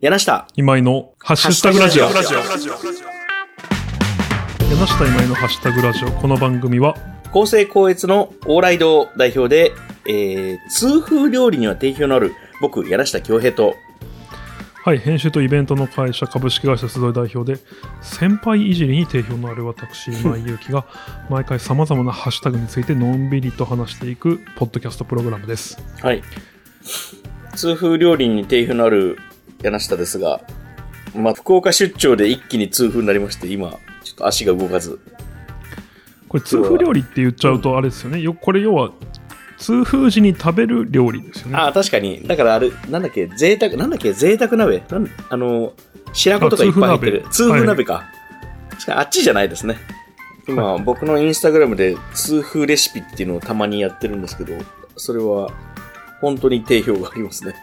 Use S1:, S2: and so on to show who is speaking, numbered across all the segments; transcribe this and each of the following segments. S1: 柳下。
S2: 今井のハッシュタグラジオ。柳下今井のハッシュタグラジオ。この番組は、
S1: 厚生高越の往来堂代表で、えー、通風料理には定評のある、僕、柳下恭平と、
S2: はい、編集とイベントの会社株式会社須藤代表で、先輩いじりに定評のある私、今井祐希が、毎回様々なハッシュタグについてのんびりと話していく、ポッドキャストプログラムです。
S1: はい。痛風料理に定評のある柳下ですが、まあ、福岡出張で一気に痛風になりまして、今、ちょっと足が動かず。
S2: これ、痛風料理って言っちゃうと、あれですよね。よこれ、要は、痛風時に食べる料理ですよね。
S1: ああ、確かに。だからあれ、なんだっけ、贅沢、なんだっけ、贅沢鍋なんあの、白子とかいっぱい入ってる。
S2: あ痛
S1: 痛
S2: 風
S1: 風鍋
S2: 鍋
S1: か。確かにあっちじゃないですね。今、僕のインスタグラムで痛風レシピっていうのをたまにやってるんですけど、それは、本当に定評があります ね。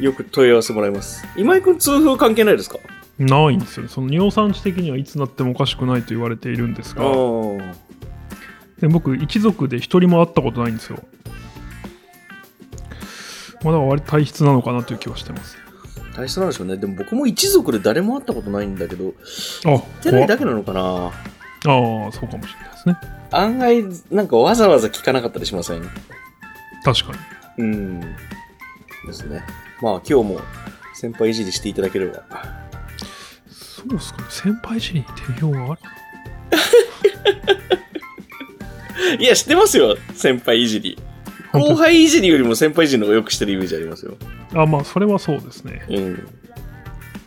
S1: よく問い合わせもらいます。今井くん痛風関係ないですか
S2: ないんですよね。その尿酸値的にはいつなってもおかしくないと言われているんです
S1: あ
S2: が、
S1: あ。
S2: で僕一族で一人も会ったことないんですよまあだから割と体質なのかなという気はしてます
S1: 大切なんでしょうね。でも僕も一族で誰も会ったことないんだけど、
S2: あ
S1: てないだけなのかな
S2: ああそうかもしれないですね
S1: 案外、なんかわざわざ聞かなかったりしません
S2: 確かに
S1: うん。ですね。まあ今日も先輩いじりしていただければ。
S2: そうっすかね先輩知りに定評がある
S1: いや、知ってますよ。先輩いじり。
S2: 本当
S1: 後
S2: に
S1: 輩いじりよりも先輩いじりの方がよくしてるイメージありますよ。
S2: あまあそれはそうですね
S1: うん。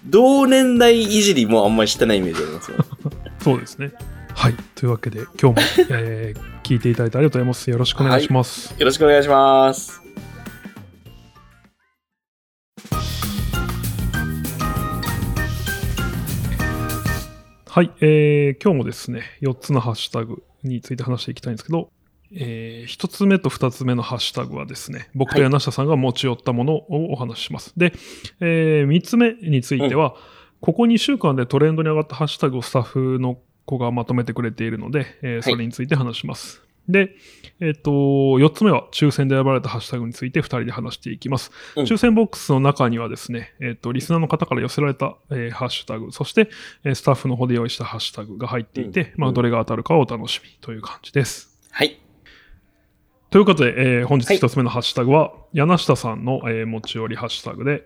S1: 同年代いじりもあんまりしてないイメージあり ますよ。
S2: そうですねはいというわけで 今日も、えー聞いていただいてありがとうございますよろしくお願いします、
S1: よろしくお願いします。
S2: はい、えー今日もですね、4つのハッシュタグについて話していきたいんですけど、え1つ目と2つ目のハッシュタグはですね、僕と柳下さんが持ち寄ったものをお話しします。で、え3つ目については、ここ2週間でトレンドに上がったハッシュタグをスタッフの子がまとめてくれているので、えーそれについて話します。で、えっ、と、4つ目は抽選で選ばれたハッシュタグについて2人で話していきます。
S1: うん
S2: 抽選ボックスの中にはですね、えっ、と、リスナーの方から寄せられた、えーハッシュタグ、そして、えースタッフの方で用意したハッシュタグが入っていて、
S1: うん
S2: まあ、
S1: うん
S2: どれが当たるかをお楽しみという感じです。
S1: はい。
S2: ということで、えー本日
S1: はい
S2: 一つ目のハッシュタグは、柳下さんの、えー持ち寄りハッシュタグで、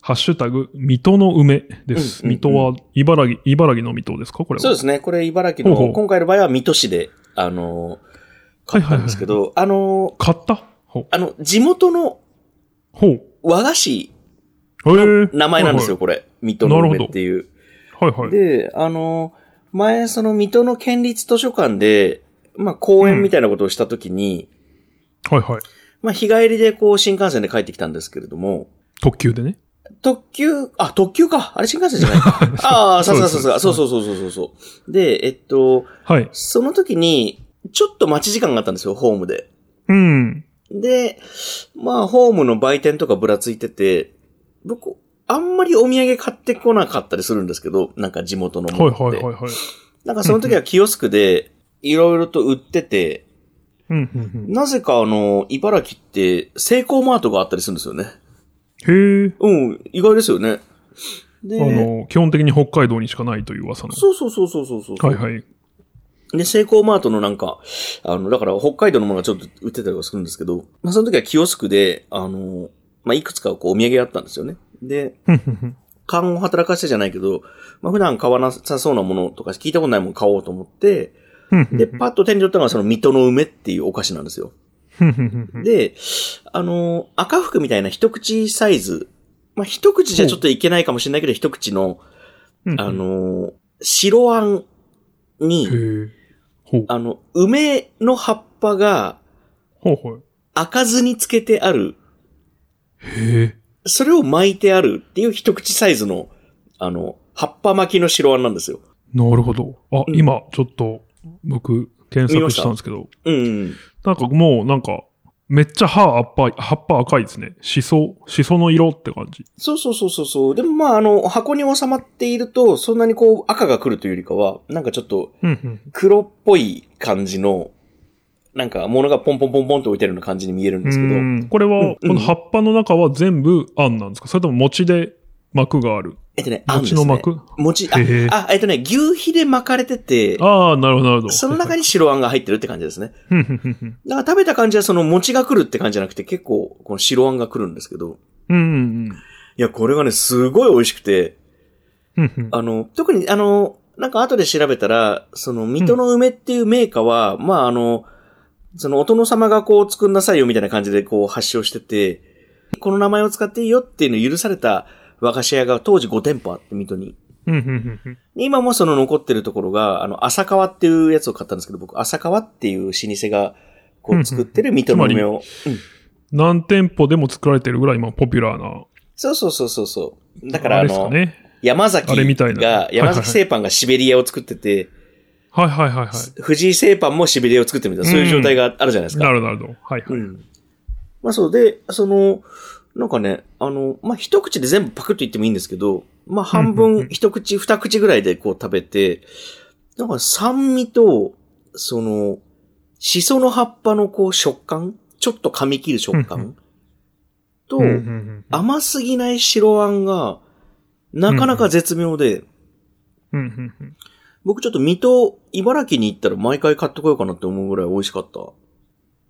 S2: ハッシュタグ、水戸の梅です。
S1: うんうんうん
S2: 水戸は、茨城、茨城の水戸ですかこれは。
S1: そうですね。これ茨城の、
S2: ほうほう
S1: 今回の場合は水戸市で、あのー買ったんですけど、あの
S2: 買ったほう。
S1: ーあの、地元の
S2: ほう。へ
S1: 和菓子、
S2: えー。
S1: 名前なんですよ、これ。水戸の
S2: なるほ
S1: 梅
S2: ど
S1: っていう。
S2: はいはい。はいはい。
S1: で、あの、前、その、水戸の県立図書館で、まあ、講演みたいなことをしたときに、
S2: はいはい。
S1: まあ、日帰りで、こう、新幹線で帰ってきたんですけれども、
S2: 特急でね。
S1: 特急、あ、特急か。あれ、新幹線じゃない か。ああ、さすがさすが。
S2: そ
S1: そうう
S2: です
S1: そうそうそうそうそう。で、えっと、
S2: はい。
S1: その時に、ちょっと待ち時間があったんですよ、ホームで。
S2: うん。
S1: で、まあ、ホームの売店とかぶらついてて、僕、あんまりお土産買ってこなかったりするんですけど、なんか地元のも
S2: は
S1: の
S2: い
S1: って。
S2: はいはいはい。
S1: なんかその時はキオスクで、いろいろと売ってて、
S2: うんうん
S1: なぜかあの、茨城って、セイコーマートがあったりするんですよね。
S2: うん。へえ。
S1: うん、意外ですよね。
S2: あ
S1: で、
S2: の、基本的に北海道にしかないという噂の。
S1: そうそうそうそうそうそう、
S2: はいはい。
S1: で、セイコーマートのなんか、あの、だから北海道のものがちょっと売ってたりはするんですけど、まあその時はキオスクで、あの、まあいくつかこうお土産あったんですよね。で、
S2: ふんふんふん
S1: 勘を働かせてじゃないけど、まあ普段買わなさそうなものとか聞いたことないもの買おうと思って、
S2: ふんふん
S1: で、パッと手に取ったのがその水戸の梅っていうお菓子なんですよ。
S2: ふんふんふんふん
S1: で、あの、赤服みたいな一口サイズ。まあ、一口じゃちょっといけないかもしれないけど、一口の、
S2: うんうん
S1: あ、の、白あん
S2: へ
S1: に、
S2: え。ほう。
S1: あの、梅の葉っぱが
S2: ほうほう。
S1: 開かずにつけてある、
S2: へえ。
S1: それを巻いてあるっていう一口サイズの、あの、葉っぱ巻きの白あんなんですよ。
S2: なるほど。あ、
S1: うん
S2: 今、ちょっと、僕、検索したんですけど、
S1: うん。
S2: なんかもう、なんか、めっちゃ歯あっぱい、葉っぱ赤いですね。しそ、しその色って感じ。
S1: そうそうそうそうそう。でもまあ、あの、箱に収まっていると、そんなにこう、赤が来るというよりかは、なんかちょっと、
S2: うんうん。
S1: 黒っぽい感じの、なんか物がポンポンポンポンと置いてるような感じに見えるんですけど、
S2: うんこれ
S1: うんう
S2: は
S1: ん、
S2: この葉っぱの中は全部あんなんですかそれとも餅で膜がある
S1: えっとね、あんです
S2: 餅の
S1: ね。
S2: 膜
S1: 餅、
S2: へえ
S1: あ、あ、えっとね、牛皮で巻かれてて、
S2: ああ、なるほど、なるほど。
S1: その中に白あんが入ってるって感じですね。
S2: ふんふんふんふん。
S1: だから食べた感じはその餅が来るって感じじゃなくて結構この白あんが来るんですけど、
S2: うんうん
S1: いや、これがね、すごい美味しくて、
S2: うん。ふんふん
S1: あの、特にあの、なんか後で調べたら、その、水戸の梅っていう名家は、まああの、そのお殿様がこう作んなさいよみたいな感じでこう発祥してて、この名前を使っていいよっていうのを許された和菓子屋が当時5店舗あって、水戸に。
S2: うんうんうんうん
S1: で今もその残ってるところが、あの、浅川っていうやつを買ったんですけど、僕、浅川っていう老舗が、こう作ってる水戸の梅を。うん
S2: 何店舗でも作られてるぐらい今ポピュラーな。
S1: そうそうそうそうそう。だから、あ
S2: れ
S1: の、
S2: ですかね。
S1: 山崎
S2: あれみたいなはい
S1: が
S2: は、い
S1: 山崎製パンがシベリアを作ってて、
S2: はいはいはいは
S1: 藤井製パンもシベリアを作ってるみたいな、そういう状態があるじゃないで
S2: い。
S1: す
S2: な
S1: か。
S2: るほどなるほど。はいは
S1: う
S2: い。
S1: ん。まあそうで、その、なんかね、あの、まあ一口で全部パクッと言ってもいいんですけど、まあ半
S2: うんうんう
S1: 分
S2: ん、
S1: 一口、二口ぐらいでこう食べて、なんか酸味と、その、シソの葉っぱのこう食感ちょっと噛み切る食
S2: うんう
S1: 感と、
S2: うんうんうん
S1: 甘すぎない白あんが、なかなか絶妙で、
S2: うんうんうん
S1: 僕ちょっと水戸、茨城に行ったら毎回買ってこようかなって思うぐらい美味しかった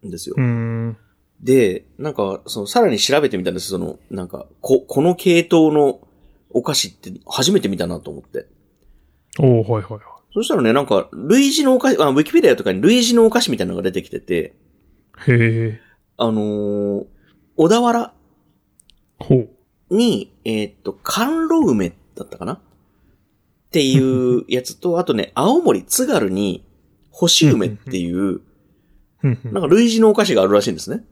S1: んですよ。
S2: うーん。
S1: で、なんか、その、さらに調べてみたんですその、なんか、こ、この系統のお菓子って初めて見たなと思って。
S2: おーはいはいはい。
S1: そしたらね、なんか、類似のお菓子、あ、ウィキペディアとかに類似のお菓子みたいなのが出てきてて、
S2: へえ。
S1: あのー小田原
S2: ほう。
S1: に、えーっと、甘露梅だったかなっていうやつと、あとね、青森津軽に、星梅っていう、
S2: うんうん
S1: なんか類似のお菓子があるらしいんですね。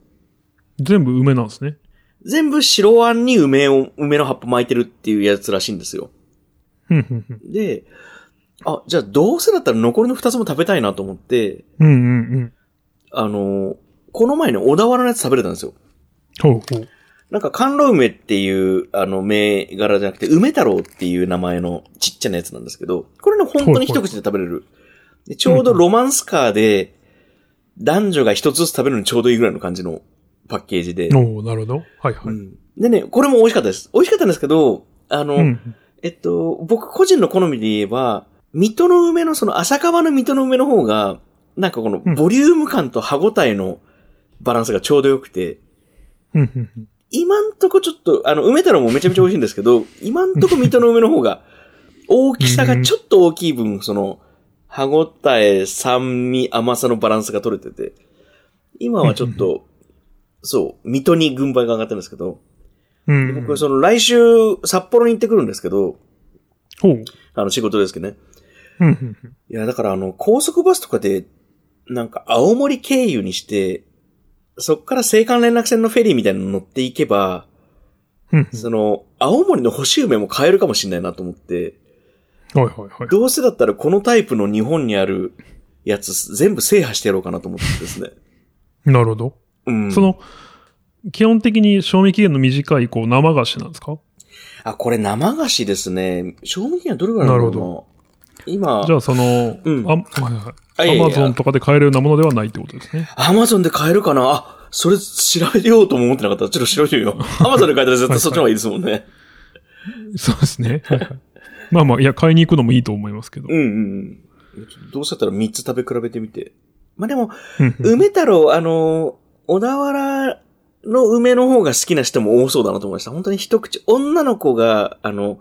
S2: 全部梅なんですね。
S1: 全部白あんに梅を、梅の葉っぱ巻いてるっていうやつらしいんですよ。
S2: うんうんうん
S1: で、あ、じゃあどうせだったら残りの二つも食べたいなと思って、
S2: うんうんうん。
S1: あの、この前の小田原のやつ食べれたんですよ。
S2: ほうほう。
S1: なんか、甘露梅っていう、あの、銘柄じゃなくて、梅太郎っていう名前のちっちゃなやつなんですけど、これね、本当に一口で食べれる。でちょうどロマンスカーで、男女が一つずつ食べるのにちょうどいいぐらいの感じのパッケージで。
S2: おーなるほど。はいは
S1: う
S2: い。
S1: んでね、これも美味しかったです。美味しかったんですけど、あの、
S2: うん
S1: えっと、僕個人の好みで言えば、水戸の梅の、その浅川の水戸の梅の方が、なんかこの
S2: うん
S1: ボリューム感と歯応えのバランスがちょうど良くて、
S2: うんうんうん
S1: 今んとこちょっと、あの、梅太郎もめちゃめちゃ美味しいんですけ ど、今んとこ水戸の梅の方が、大きさがちょっと大きい分、その、歯応え、酸味、甘さのバランスが取れてて、今はちょっと、そう、水戸に軍配が上がってるんですけど、
S2: うんうん。
S1: 僕、その来週、札幌に行ってくるんですけど、
S2: ほう。
S1: あの、仕事ですけどね。
S2: うんうんうん
S1: いや、だからあの、高速バスとかで、なんか青森経由にして、そっから青函連絡船のフェリーみたいなの乗っていけば、
S2: うんうん
S1: その、青森の星梅も買えるかもしれないなと思って、
S2: はいはいはい。
S1: どうせだったらこのタイプの日本にあるやつ全部制覇してやろうかなと思ってです ね。
S2: なるほど。
S1: うん。
S2: その、基本的に賞味期限の短い、こう、生菓子なんですか
S1: あ、これ生菓子ですね。賞味期限はどれぐらいなんだろうな
S2: なる
S1: 今、
S2: じゃあ、その、
S1: うん
S2: あはいはい
S1: あいやいや
S2: アマゾンとかで買えるようなものではないってことですね。
S1: アマゾンで買えるかなあ、それ調べようとも思ってなかった。ちょっと調べてみ よう。アマゾンで買えたら絶対そっちの方がいいですもんね。
S2: そうですね。はいはいまあまあ、いや、買いに行くのもいいと思いますけど
S1: う。んうんうん。ちょっとどうせだったら3つ食べ比べてみて。まあ、でも、
S2: うんうん
S1: 梅太郎、あの、小田原の梅の方が好きな人も多そうだなと思いました。本当に一口、女の子が、あの、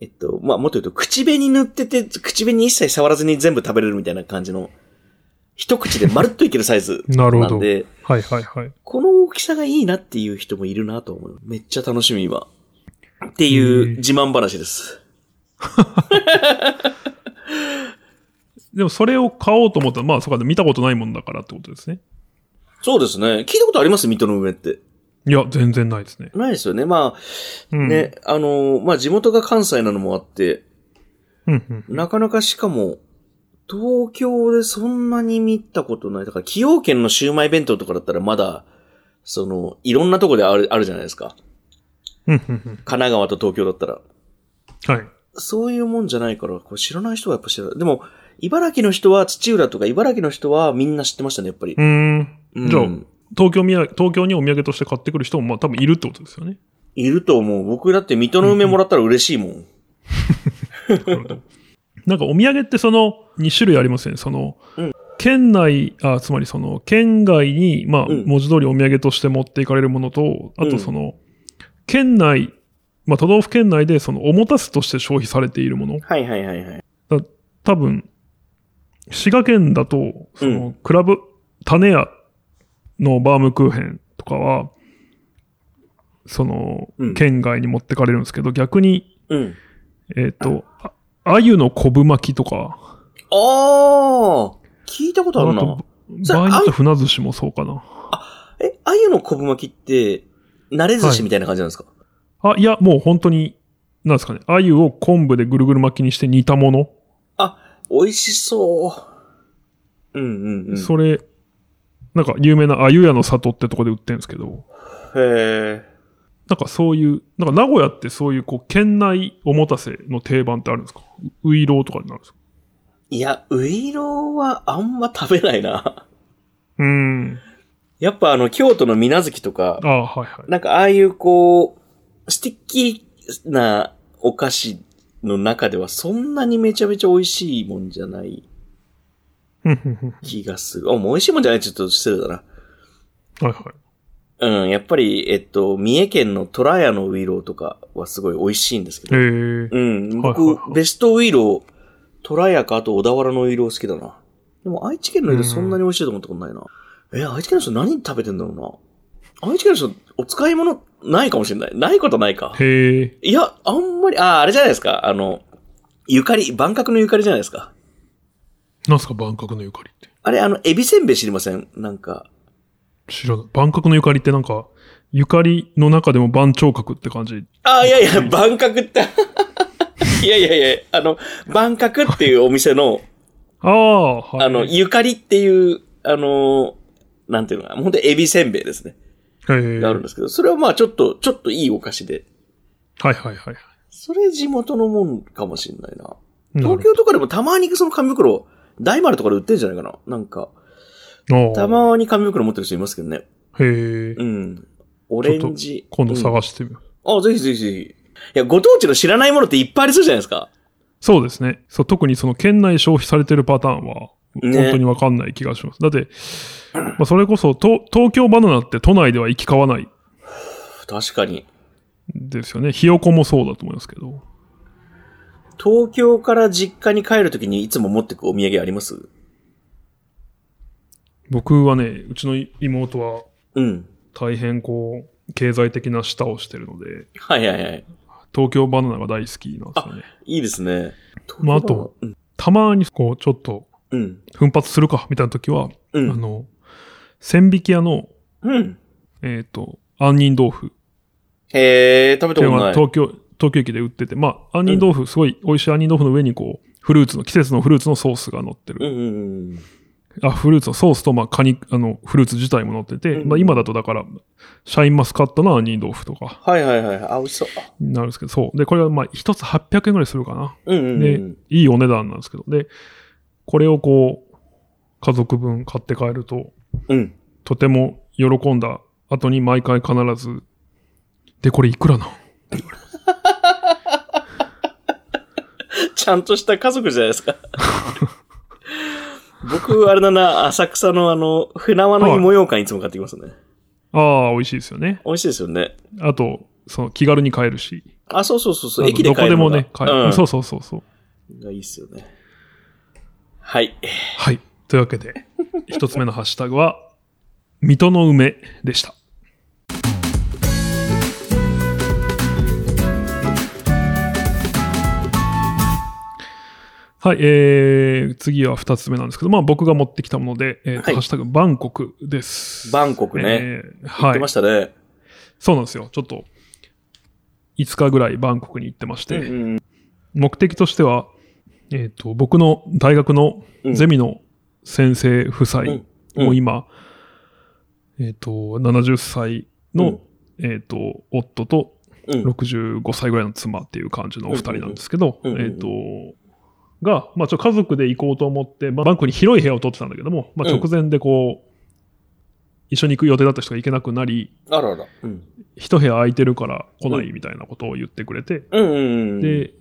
S1: えっと、まあ、もっと言うと、口紅塗ってて、口紅一切触らずに全部食べれるみたいな感じの、一口でまるっといけるサイズ
S2: なるほ
S1: なん
S2: ど。
S1: で、
S2: はいはいはい。
S1: この大きさがいいなっていう人もいるなと思う。めっちゃ楽しみ今。っていう自慢話です。
S2: でも、それを買おうと思ったら、まあ、そうか、見たことないもんだからってことですね。
S1: そうですね。聞いたことあります水戸の梅って。
S2: いや、全然ないですね。
S1: ないですよね。ま
S2: う
S1: あ、
S2: ん。
S1: ね、あのー、まあ地元が関西なのもあって、
S2: うんうん。
S1: なかなかしかも、東京でそんなに見たことない。だから、崎陽軒のシウマイ弁当とかだったらまだ、その、いろんなとこである、あるじゃないですか。
S2: うんうんうん。
S1: 神奈川と東京だったら。
S2: はい。
S1: そういうもんじゃないから、これ知らない人はやっぱ知らない。でも、茨城の人は土浦とか茨城の人はみんな知ってましたね、やっぱり
S2: う。ーん。
S1: うん
S2: じゃあ東京みや東京にお土産として買ってくる人も、まあ多分いるってことですよね。
S1: いると思う。僕だって水戸の梅もらったら嬉しいもん。
S2: なんかお土産ってその2種類ありますよね。その、
S1: うん
S2: 県内、あ、つまりその、県外に、まあ、
S1: うん
S2: 文字通りお土産として持っていかれるものと、あ
S1: う
S2: と
S1: ん
S2: その、県内、まあ都道府県内でその、おもたせとして消費されているもの。
S1: はいはいはいはい。
S2: 多分、滋賀県だと、その、クラブ、種屋のバームクーヘンとかは、その、
S1: うん
S2: 県外に持ってかれるんですけど、逆に、
S1: うん。
S2: えっ、と、あ鮎の昆布巻きとか、
S1: あー聞いたことある
S2: あ
S1: な
S2: と。
S1: それ
S2: 場合によっては船寿司もそうかな。
S1: え、鮎の昆布巻きって、慣れ寿司みたいな感じなんですか、
S2: あ、いや、もう本当に、なんですかね。鮎を昆布でぐるぐる巻きにして煮たもの。
S1: 美味しそう。うんうんうん。
S2: それ、なんか有名な鮎屋の里ってとこで売ってるんですけど、
S1: へえ。
S2: なんかそういう、なんか名古屋ってそういうこう、県内おもたせの定番ってあるんですかうういろうとかになるんですか
S1: いや、ウイローはあんま食べないな。
S2: うーん。
S1: やっぱあの、京都の水無月とか
S2: あ、あ、はいはい。
S1: なんかああいうこう、スティッキーなお菓子の中ではそんなにめちゃめちゃ美味しいもんじゃない
S2: うんうんうん
S1: 気がする。あ、もう美味しいもんじゃないちょっと失礼だな。
S2: はいはい。
S1: うん、やっぱり、えっと、三重県の虎屋のウイローとかはすごい美味しいんですけど。
S2: え
S1: うん、僕、
S2: はいはいはい
S1: ベストウイロー、虎屋かあと小田原のウイロー好きだな。でも愛知県のウイローそんなに美味しいと思ったことないな。え、愛知県の人何食べてんだろうな。愛知県の人、お使い物ないかもしれない。ないことないか
S2: え。。へえ。
S1: いや、あんまり、あ、あれじゃないですか。あの、ゆかり、万角のゆかりじゃないですか。
S2: なんすか万角のゆかりって。
S1: あれ、あの、エビせんべい知りませんなんか。
S2: 知らない。万角のゆかりってなんか、ゆかりの中でも万長角って感じ。
S1: あ、いやい や、万角って。 いやいやいや、あの、万角っていうお店の、
S2: ああ、はい。
S1: あの、ゆかりっていう、あの、なんていうのかな、本当にエビせんべいですね。
S2: へえ。
S1: があるんですけど、それはまあちょっと、ちょっといいお菓子で。
S2: はいはいはい。
S1: それ地元のもんかもしんないな。
S2: な
S1: 東
S2: る
S1: 京とかでもたまにその紙袋、大丸とかで売ってんじゃないかななんか、
S2: ほど
S1: たまに紙袋持ってる人いますけどね。
S2: へえ。
S1: うん。オレンジ。
S2: 今度
S1: うん
S2: 探してみよう。
S1: あ、ぜひぜひぜひ。いや、ご当地の知らないものっていっぱいありそうじゃないですか。
S2: そうですね。そう、特にその県内消費されてるパターンは、本
S1: ね
S2: 当にわかんない気がします。だって、まあ、それこそ、と東京バナナって都内では行き交わない
S1: 確かに。
S2: ですよね。ひよこもそうだと思いますけど。
S1: 東京から実家に帰るときにいつも持ってくお土産あります
S2: 僕はね、うちの妹は
S1: うん。
S2: 大変こう、経済的な舌をしてるので、
S1: はいはいはい。
S2: 東京バナナが大好きなんですよね。
S1: いいですね。
S2: まああと
S1: 東京
S2: たまにこう、ちょっと
S1: は。うん。
S2: 奮発するか、みたいな時は、
S1: う
S2: あ
S1: ん。
S2: の、千引き屋の、
S1: うん。
S2: えっ、と、杏仁豆腐
S1: へえ、食べ
S2: って
S1: た
S2: いう
S1: こ
S2: の
S1: とな
S2: が
S1: い。
S2: 東京、東京駅で売ってて、まあ、杏仁豆腐、すごい美味しい杏仁豆腐の上にこう、フルーツの、季節のフルーツのソースが乗って
S1: うんう
S2: る。
S1: んうん。
S2: あ、フルーツのソースと、まあ、カニ、あの、フルーツ自体も乗ってて、
S1: うん
S2: まあ、今だとだから、シャインマスカットの杏仁豆腐とか
S1: はいはいはい。あ、美味しそう。あ
S2: になるんですけど、そう。で、これはまあ、一つ800円ぐらいするかな。
S1: うんうんう
S2: で
S1: ん。、
S2: いいお値段なんですけど、で、これをこう、家族分買って帰ると、
S1: うん。
S2: とても喜んだ後に毎回必ず、で、これいくらなん
S1: ちゃんとした家族じゃないですか。 僕、あれだな、浅草のあの、船輪の芋ようかんいつも買ってきますね。
S2: ああ、美味しいですよね。
S1: 美味しいですよね。
S2: あと、その気軽に買えるし。
S1: あ、そうそうそうそう、
S2: あの
S1: 駅で
S2: ど
S1: 買
S2: こ
S1: え
S2: で
S1: るの
S2: も
S1: が
S2: ね、買える。
S1: うん、
S2: そうそうそうそう。
S1: がいいっすよね。はい。
S2: はい。というわけで、一つ目のハッシュタグは、水戸の梅でした。はい、えー、次は二つ目なんですけど、まあ僕が持ってきたもので、えーと
S1: はい
S2: ハッシュタグバンコクです。
S1: バンコクね。
S2: えー
S1: 言
S2: は
S1: って
S2: い
S1: ま。したね。
S2: そうなんですよ。ちょっと、5日ぐらいバンコクに行ってまして、
S1: うん
S2: 目的としては、えー、と僕の大学の
S1: うん
S2: ゼミの先生夫妻、
S1: うんうん
S2: もう今、えー、と70歳の、
S1: うん
S2: えー、と夫と
S1: うん。
S2: 65歳ぐらいの妻っていう感じのお二人なんですけど、
S1: うんうんうん
S2: えっ、と、が、まあ、ちょっと家族で行こうと思って、まあ、バンクに広い部屋を取ってたんだけども、ま
S1: う
S2: あ、
S1: ん
S2: 直前でこう、一緒に行く予定だった人が行けなくなり、
S1: あらあら。うん。
S2: 一部屋空いてるから来ないみたいなことを言ってくれて、
S1: うんうんうん。、
S2: で、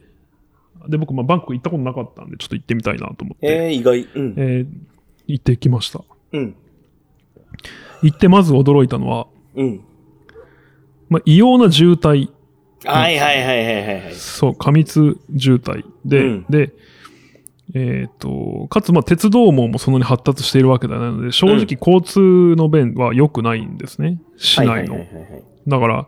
S2: で、僕、まあ、バンコク行ったことなかったんで、ちょっと行ってみたいなと思って、
S1: えー、意外。うん。
S2: えー行ってきました。
S1: うん。
S2: 行ってまず驚いたのは、
S1: うん。
S2: まあ、異様な渋滞、
S1: はいはいはいはいはいはい。
S2: そう、過密渋滞で、
S1: うん
S2: で、えっ、と、かつ、まあ、鉄道網もそんなに発達しているわけではないので、正直、交通の便は良くないんですね、市内の。
S1: はいはいはいはい。
S2: だから、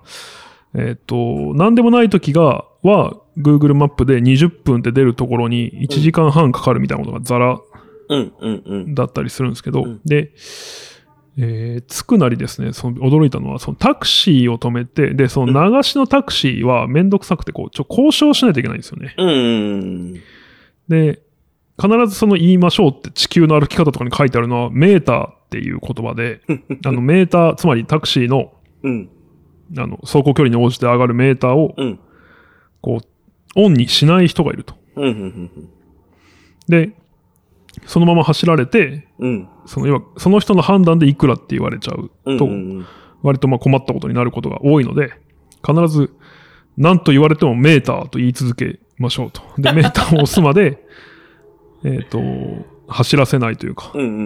S2: えっ、と、なんでもない時が、は、Google マップで20分って出るところに1時間半かかるみたいなことがざら
S1: うんうんうん。
S2: だったりするんですけど、
S1: うん
S2: で、えー着くなりですね、その驚いたのは、そのタクシーを止めて、で、その流しのタクシーはめんどくさくて、こう、ちょ、交渉しないといけないんですよね。
S1: うんうんうん。
S2: で、必ずその言いましょうって地球の歩き方とかに書いてあるのは、メーターっていう言葉で、あの、メーター、つまりタクシーの、
S1: うん
S2: あの、走行距離に応じて上がるメーターを、
S1: うん。
S2: こう、オンにしない人がいると。
S1: うんうん
S2: で、そのまま走られて、
S1: うんうん。
S2: その、要は、その人の判断でいくらって言われちゃう
S1: うん。
S2: と、
S1: うん
S2: 割とまあ困ったことになることが多いので、必ず何と言われてもメーターと言い続けましょうと。で、メーターを押すまで、 えっと、走らせないというか、
S1: うんうんう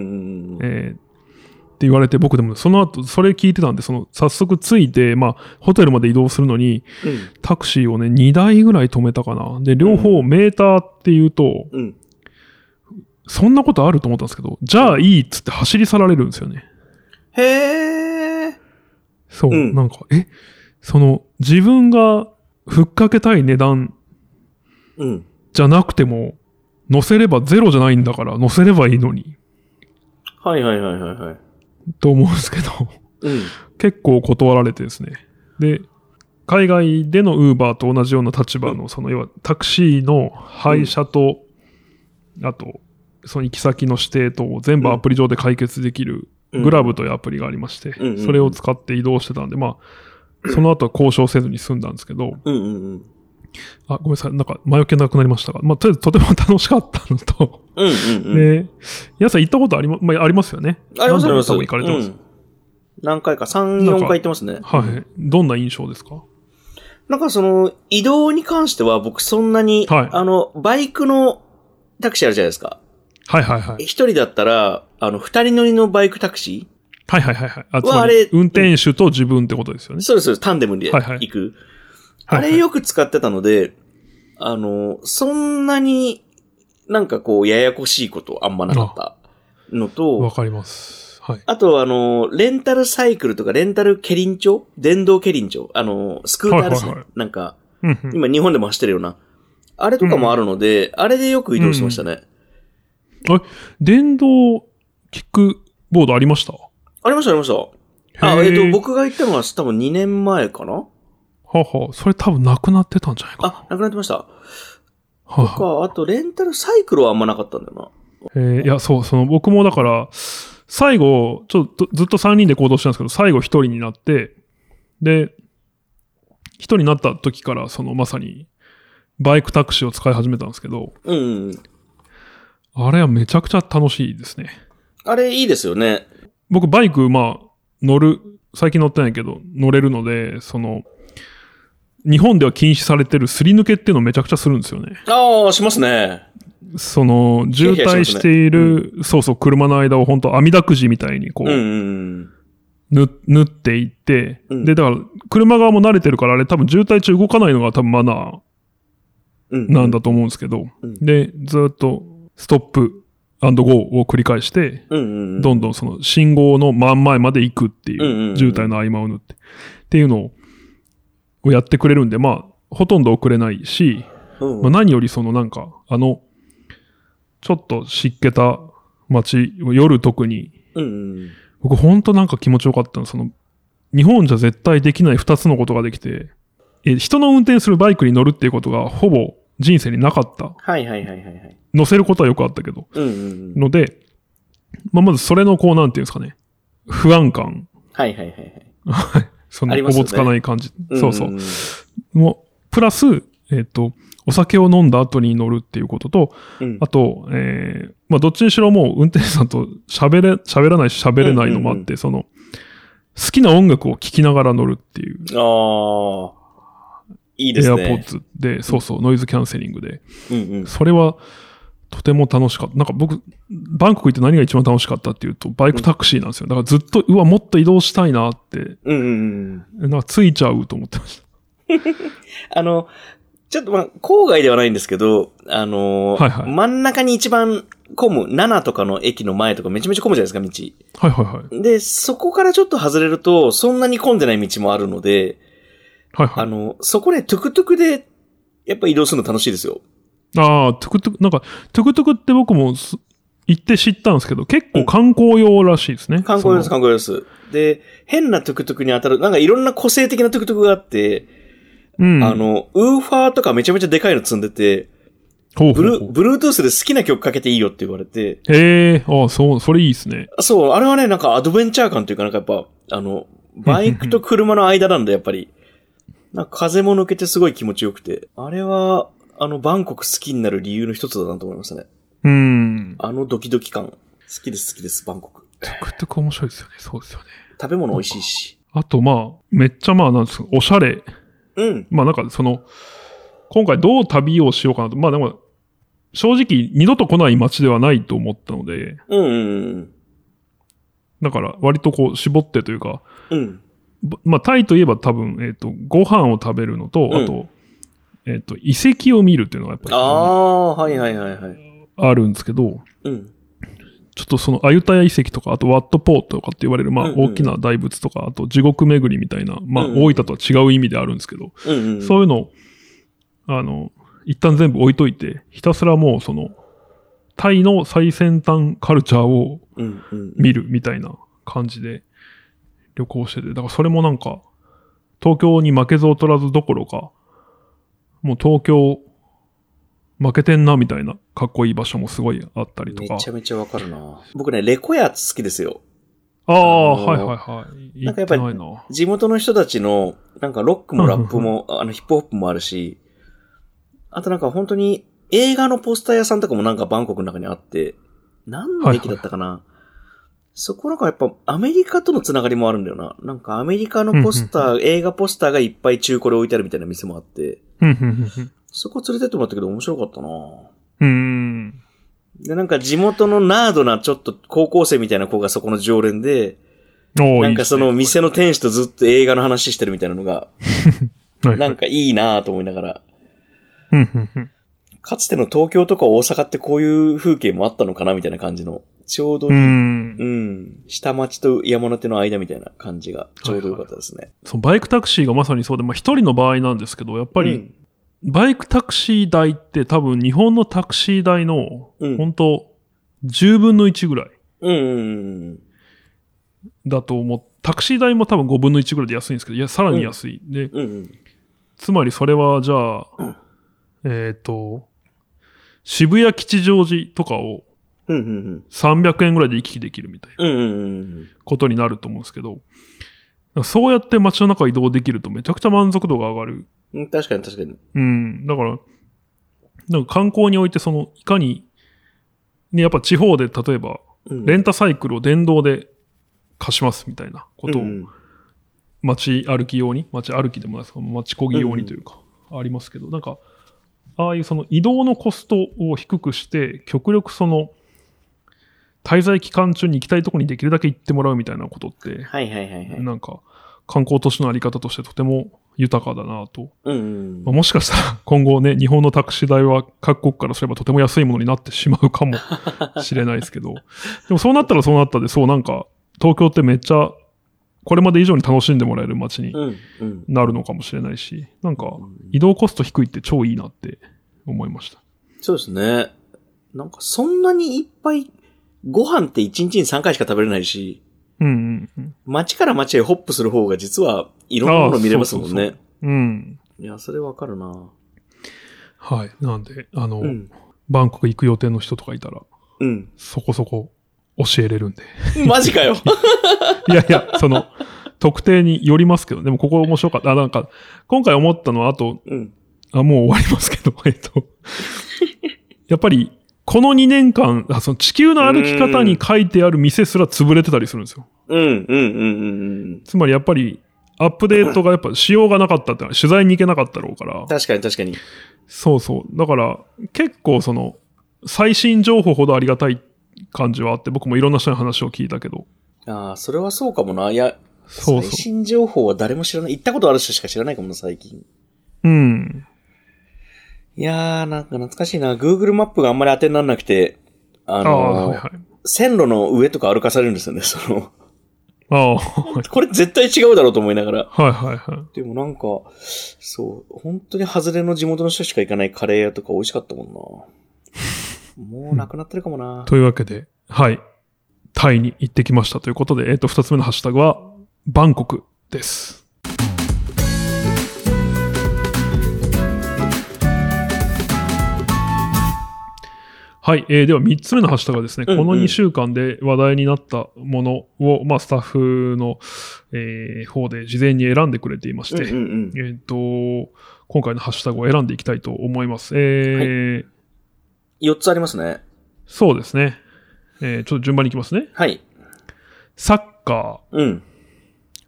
S1: ん。
S2: えーって言われて、僕でもその後、それ聞いてたんで、その、早速着いて、まあ、ホテルまで移動するのに、
S1: うん
S2: タクシーをね、2台ぐらい止めたかな。で、両方メーターって言うと、
S1: うん。
S2: そんなことあると思ったんですけど、じゃあいいっつって走り去られるんですよね。
S1: へー。
S2: そう、
S1: うん
S2: なんか、え、その、自分がふっかけたい値段
S1: うん。
S2: じゃなくても、乗せればゼロじゃないんだから、乗せればいいのに、
S1: はいはいはいはいはい。
S2: と思うんですけど、
S1: うん。
S2: 結構断られてですね。で、海外でのウーバーと同じような立場の、その、要はタクシーの配車と、あと、その行き先の指定とを全部アプリ上で解決できる
S1: うん
S2: グラブというアプリがありまして、
S1: うんうん
S2: それを使って移動してたんで、まあ、その後は交渉せずに済んだんですけど、
S1: うんうんうん。
S2: あ、ごめんなさい。なんか、前置きがなくなりましたが。まあ、とりあえず、とても楽しかったのと、
S1: うんうんうん。
S2: で、皆さん行ったことあり,、まあ、ありますよね。
S1: ありますありま
S2: 何回
S1: す。
S2: も行かれてます。
S1: うん何回か、3、4回行ってますね。
S2: はい。どんな印象ですか
S1: なんかその、移動に関しては僕そんなに、
S2: はい
S1: あの、バイクのタクシーあるじゃないですか。
S2: はいはいはい。
S1: 一人だったら、あの、二人乗りのバイクタクシ
S2: はいはいはいはい。あ、つ
S1: わ
S2: ま
S1: あ
S2: り
S1: れ、
S2: 運転手と自分ってことですよ
S1: ー
S2: ね。
S1: そうです、そうですタンデムで
S2: はいはい
S1: 行く。
S2: はい
S1: あ
S2: はい
S1: れよく使ってたので、あの、そんなになんかこう、ややこしいことあんまなかったの
S2: わ
S1: と、
S2: かります。はい。
S1: あとあの、レンタルサイクルとか、レンタルケリンチョ電動ケリンチョあの、スクーターですね。
S2: はいはいは
S1: なんか、
S2: うんうん。
S1: 今日本でも走ってるような。あれとかもあるので、あれでよく移動してましたね。
S2: 電動キックボードありました
S1: ありました、ありました。あ、
S2: へ
S1: えっ、と、
S2: ー
S1: 僕が行ったのは多分2年前かな
S2: はあはあそれ多分なくなってたんじゃないかな。
S1: あ、なくなってました。
S2: はいはい
S1: か、あと、レンタルサイクルはあんまなかったんだよ
S2: えーいや、そう、その僕もだから、最後、ちょっとずっと3人で行動してたんですけど、最後1人になって、で、1人になった時から、そのまさに、バイクタクシーを使い始めたんですけど、
S1: な。うん。
S2: あれはめちゃくちゃ楽しいですね。
S1: あれ、いいですよね。
S2: 僕、バイク、まあ、乗る、最近乗ってないけど、乗れるので、その、日本では禁止されてるすり抜けっていうのをめちゃくちゃするんですよね。
S1: ああ、しますね。
S2: その、渋滞している、そうそう、車の間を本当網だくじみたいにこう、
S1: うんうん
S2: ぬ、縫っていって、
S1: うん
S2: で、だから、車側も慣れてるから、あれ多分渋滞中動かないのが多分マナー
S1: うん。うん。
S2: なんだと思うんですけど、
S1: うん
S2: で、ずーっとストップゴーを繰り返して、
S1: うんうんうん。
S2: どんどんその信号の真ん前まで行くって
S1: うんうん
S2: いうう、
S1: ん
S2: 渋滞の合間を縫って、っていうのををやってくれるんで、まあ、ほとんど遅れないし、
S1: うん
S2: まあ、何よりそのなんか、あの、ちょっと湿気た街、夜特に
S1: うんうん。
S2: 僕ほんとなんか気持ちよかったの。その、日本じゃ絶対できない二つのことができて、え、人の運転するバイクに乗るっていうことがほぼ人生になかった。
S1: はいはいはいはいはい。
S2: 乗せることはよくあったけど。
S1: うんうんうん。
S2: ので、まあ、まずそれのこう、なんていうんですかね。不安感。
S1: はいはいはいはい。
S2: そ
S1: あ
S2: の、
S1: り
S2: お
S1: ますよね
S2: ぼつかない感じ。そうそう。
S1: ん。
S2: もう、プラス、えっ、と、お酒を飲んだ後に乗るっていうことと、
S1: うん
S2: あと、えーまあ、どっちにしろもう運転手さんと喋れ、喋らないし喋れないのもあって、
S1: うんうん
S2: その、好きな音楽を聴きながら乗るっていう、
S1: ああ、いいです
S2: エアポ
S1: ね
S2: ッ。ツで、そうそう、ノイズキャンセリングで、
S1: うんうん。
S2: それは、とても楽しかった。なんか僕、バンコク行って何が一番楽しかったっていうと、バイクタクシーなんですよ。だからずっと、うわ、もっと移動したいなって、
S1: うんうんうん。
S2: なんかついちゃうと思ってまし
S1: あの、ちょっとまあ、郊外ではないんですけど、あのー
S2: はいはい
S1: 真ん中に一番混む、7とかの駅の前とかめちゃめちゃ混むじゃないですか、
S2: た。はい はいはい。
S1: 道。で、そこからちょっと外れると、そんなに混んでない道もあるので、
S2: はい
S1: あ
S2: はい。
S1: の、そこでトゥクトゥクで、やっぱ移動するの楽しいですよ。
S2: ああ、トゥクトゥク、なんか、トゥクトゥクって僕もす行って知ったんですけど、結構観光用らしいですね。
S1: 観光用です、
S2: そ
S1: 観
S2: の
S1: 光用です。で、変なトゥクトゥクに当たる、なんかいろんな個性的なトゥクトゥクがあって、
S2: うん。
S1: あの、ウーファーとかめちゃめちゃでかいの積んでて、
S2: ほう
S1: ブ
S2: ほう
S1: ル
S2: ほう
S1: ー、ブルートゥースで好きな曲かけていいよって言われて、
S2: へえ、ああ、そう、それいいですね。
S1: そう、あれはね、なんかアドベンチャー感というか、なんかやっぱ、あの、バイクと車の間なんで、やっぱり。なんか風も抜けてすごい気持ちよくて。あれは、あの、バンコク好きになる理由の一つだなと思いましたね。
S2: うん。
S1: あのドキドキ感。好きです、好きです、バンコク。
S2: トゥクトゥク面白いですよね。そうですよね。
S1: 食べ物美味しいし。
S2: あと、まあ、めっちゃまあ、なんですか、おしゃれ。
S1: うん。
S2: まあ、なんか、その、今回どう旅をしようかなと。まあ、でも、正直、二度と来ない街ではないと思ったので、
S1: うんうん
S2: だから、割とこう、絞ってというか、
S1: うん。うん。
S2: ぼまあ、タイといえば多分、えっ、と、ご飯を食べるのと、
S1: うん
S2: あと、えっ、と、遺跡を見るっていうのがやっぱり
S1: ああ、はいはいはいはい。
S2: あるんですけど、
S1: うん。
S2: ちょっとそのアユタヤ遺跡とか、あとワットポーとかって言われる、ま
S1: う
S2: あ
S1: んうん
S2: 大きな大仏とか、あと地獄巡りみたいな、まあ
S1: うんうん
S2: 大分とは違う意味であるんですけど、
S1: うんうん。
S2: そういうのを、あの、一旦全部置いといて、ひたすらもうその、タイの最先端カルチャーを
S1: うんうん。
S2: 見るみたいな感じで旅行してて、だからそれもなんか、東京に負けず劣らずどころか、もう東京負けてんなみたいなかっこいい場所もすごいあったりと
S1: め
S2: か。
S1: ちゃめちゃわかるな。僕ね、レコヤ好きですよ。
S2: ああ、
S1: あのー
S2: はいはいはい。
S1: なん
S2: 行
S1: かや
S2: って
S1: っぱり
S2: ないな。
S1: 地元の人たちの、なんかロックもラップも、あのヒップホップもあるし、あとなんか本当に映画のポスター屋さんとかもなんかバンコクの中にあって、何の駅だったかな、そこなんかやっぱアメリカとのつながりもあるんだよな。なんかアメリカのポスター、映画ポスターがいっぱい中古で置いてあるみたいな店もあって、
S2: うんうんうん
S1: そこ連れてってもらったけど面白かったな
S2: うん。うーん。
S1: で、なんか地元のナードなちょっと高校生みたいな子がそこの常連で、
S2: おー
S1: なんかその
S2: いいっ
S1: 店
S2: すね
S1: の店主とずっと映画の話してるみたいなのが、
S2: はい
S1: なんかいいなぁと思いながら、
S2: うんうんうん
S1: かつての東京とか大阪ってこういう風景もあったのかなみたいな感じの、ちょうど
S2: う
S1: いい、うん、
S2: ん。
S1: 下町と山手の間みたいな感じがちょうどよかったですね。
S2: そのバイクタクシーがまさにそうで、まあ一人の場合なんですけど、やっぱ
S1: う
S2: り
S1: ん
S2: バイクタクシー代って多分日本のタクシー代の、
S1: うん
S2: 本当10分の1ぐらい
S1: うんうん
S2: だと思う。タクシー代も多分5分の1ぐらいで安いんですけど、いや、さらに安い。で、
S1: うんうん。うん
S2: つまりそれはじゃあ、
S1: うん
S2: えっ、と、渋谷吉祥寺とかを
S1: うんうん
S2: 300円ぐらいで行き来できるみたいな。
S1: うんうんうん
S2: ことになると思うんですけど、そうやって街の中移動できるとめちゃくちゃ満足度が上がる。
S1: うん。確かに確かに。
S2: うん。だから、なんか観光においてその、いかに、ね、やっぱ地方で例えば、
S1: うん
S2: レンタサイクルを電動で貸しますみたいなことを
S1: うんうん
S2: 街歩き用に、街歩きでもないですか、街こぎ用にというか、ありますけど、なんか、ああいうその移動のコストを低くして、極力その、滞在期間中に行きたいところにできるだけ行ってもらうみたいなことって、
S1: はいはいはいはい。
S2: なんか、観光都市のあり方としてとても豊かだなと。
S1: うんうん
S2: まあ、もしかしたら今後ね、日本のタクシー代は各国からすればとても安いものになってしまうか もしれないですけど。でもそうなったらそうなったで、そうなんか、東京ってめっちゃ、これまで以上に楽しんでもらえる街に
S1: うんうん。
S2: なるのかもしれないし、なんか、移動コスト低いって超いいなって思いました。
S1: そうですね。なんかそんなにいっぱい、ご飯って1日に3回しか食べれないし、
S2: うんうん
S1: 街から街へホップする方が実はいろんなもの見れますもん
S2: ああ
S1: ね。
S2: うん。うん。
S1: いや、それわかるな
S2: はい。なんで、あの、
S1: うん。
S2: バンコク行く予定の人とかいたら、
S1: うん。
S2: そこそこ教えれるんで。
S1: マジかよ。
S2: いやいや、その、特定によりますけど、でもここ面白かった。あ、なんか、今回思ったのは、あと、
S1: うん。
S2: あ、もう終わりますけど、 えっと。やっぱり、この2年間、あその地球の歩き方に書いてある店すら潰れてたりするんですよ。
S1: うん、うん、うん、うんうん。
S2: つまりやっぱり、アップデートがやっぱしようがなかったってのは、取材に行けなかったろうから。
S1: 確かに確かに。
S2: そうそう。だから、結構その、最新情報ほどありがたい感じはあって、僕もいろんな人に話を聞いたけど。
S1: ああ、それはそうかもな。いや、
S2: そうそ
S1: 最新情報は誰も知らない。行ったことある人しか知らないかもな、最近。
S2: う。うん。
S1: いやー、なんか懐かしいな。Google マップがあんまり当てにならなくて、あ
S2: あ
S1: の
S2: あー、はいはい。
S1: 線路の上とか歩かされるんですよね、その。
S2: ああー、
S1: これ絶対違うだろうと思いながら。
S2: はいはいはい。
S1: でもなんか、そう、本当に外れの地元の人しか行かないカレー屋とか美味しかったもんな。もうなくなってるかもな。
S2: というわけで、はい。タイに行ってきましたということで、えっ、と、二つ目のハッシュタグは、バンコクです。はい、えーでは3つ目のハッシュタグはですね、
S1: うんうん
S2: この2週間で話題になったものを、まあ、スタッフの、えー方で事前に選んでくれていまし
S1: うん
S2: て、
S1: うんうん。
S2: えっ、と、今回のハッシュタグを選んでいきたいと思います。えー
S1: 4つありますね。
S2: そうですね。えーちょっと順番にいきますね。
S1: はい。
S2: サッカ
S1: うん。
S2: ー、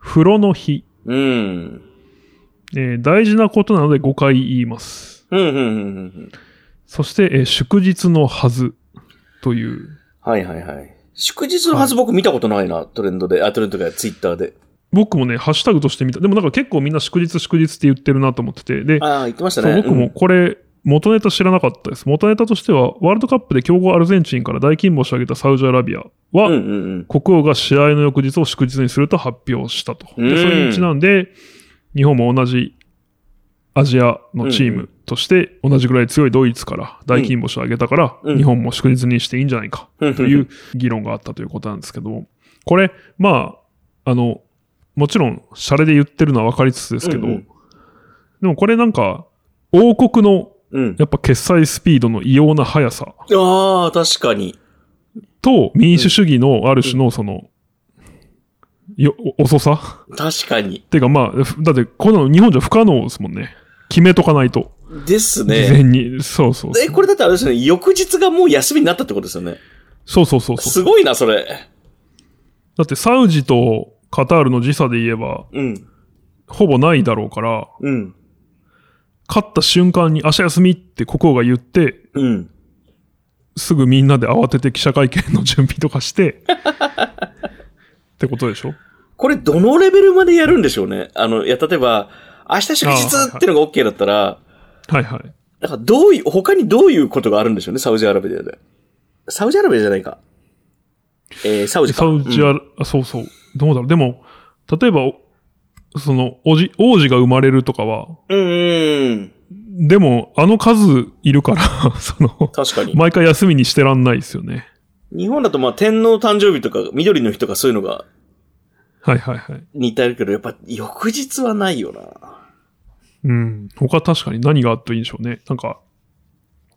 S2: 風呂の日。
S1: うん。
S2: えー大事なことなので5回言います。
S1: うん、うん、うんうんうん。
S2: そして、えー祝日のはずという。
S1: はいはいはい。祝日のはず僕見たことないな、トレンドで。あ、トレンドがツイッターで。
S2: 僕もね、ハッシュタグとして見た。でもなんか結構みんな祝日祝日って言ってるなと思ってて。で、
S1: ああ、言ってました
S2: そう
S1: ね。
S2: 僕もこれ、元ネタ知らなかったです。元ネタとしては、ワールドカップで強豪アルゼンチンから大金星を挙げたサウジアラビアは、
S1: うん。うんうんうん。
S2: 国王が試合の翌日を祝日にすると発表したと。
S1: うん
S2: で、それにちなんで、日本も同じアジアのチームとして、同じぐらい強いドイツから大金星を挙げたから、
S1: うん
S2: 日本も祝日にしていいんじゃないか
S1: うんうん
S2: という議論があったということなんですけども、これ、まあ、あの、もちろん、シャレで言ってるのは分かりつつですけ
S1: う
S2: ど、
S1: んうん
S2: でもこれなんか、王国の
S1: うん。
S2: やっぱ決済スピードの異様な速さ
S1: ああ、確かに。
S2: と民主主義のある種のその、よ、お遅さ
S1: 確かに。
S2: っていうかまあ、ふだってこんなの日本じゃ不可能ですもんね。決めとかないと。
S1: です
S2: 事
S1: ね。
S2: 前に。そうそうそう。
S1: え、これだってあれですよね。翌日がもう休みになったってことですよね。
S2: そうそうそうそう。
S1: すごいな、それ。
S2: だってサウジとカタールの時差で言えば、
S1: うん。
S2: ほぼないだろうから、
S1: うん。
S2: 勝った瞬間に明日休みって国王が言って、
S1: うん。
S2: すぐみんなで慌てて記者会見の準備と かして、ってことでしょ
S1: これ、どのレベルまでやるんでしょうね。あの、いや、例えば、明日祝日っていうのが OK だったら、
S2: はいはい。
S1: なんかどういう、他にどういうことがあるんでしょうね、サウジアラビアで。サウジアラビアじゃないか。えー、サウジか。
S2: サウジア、あそうそう。どうだろう。でも、例えば、おその、おじ、王子が生まれるとかは、
S1: うん、うんうん。
S2: でも、あの数いるから、 その、
S1: 確かに。
S2: 毎回休みにしてらんないですよね。
S1: 日本だとまあ天皇誕生日とか緑の日とかそういうのが
S2: はいはいはい。
S1: 似てるけど、やっぱ翌日はないよな。
S2: うん。他確かに何があっていいんでしょうね。なんか、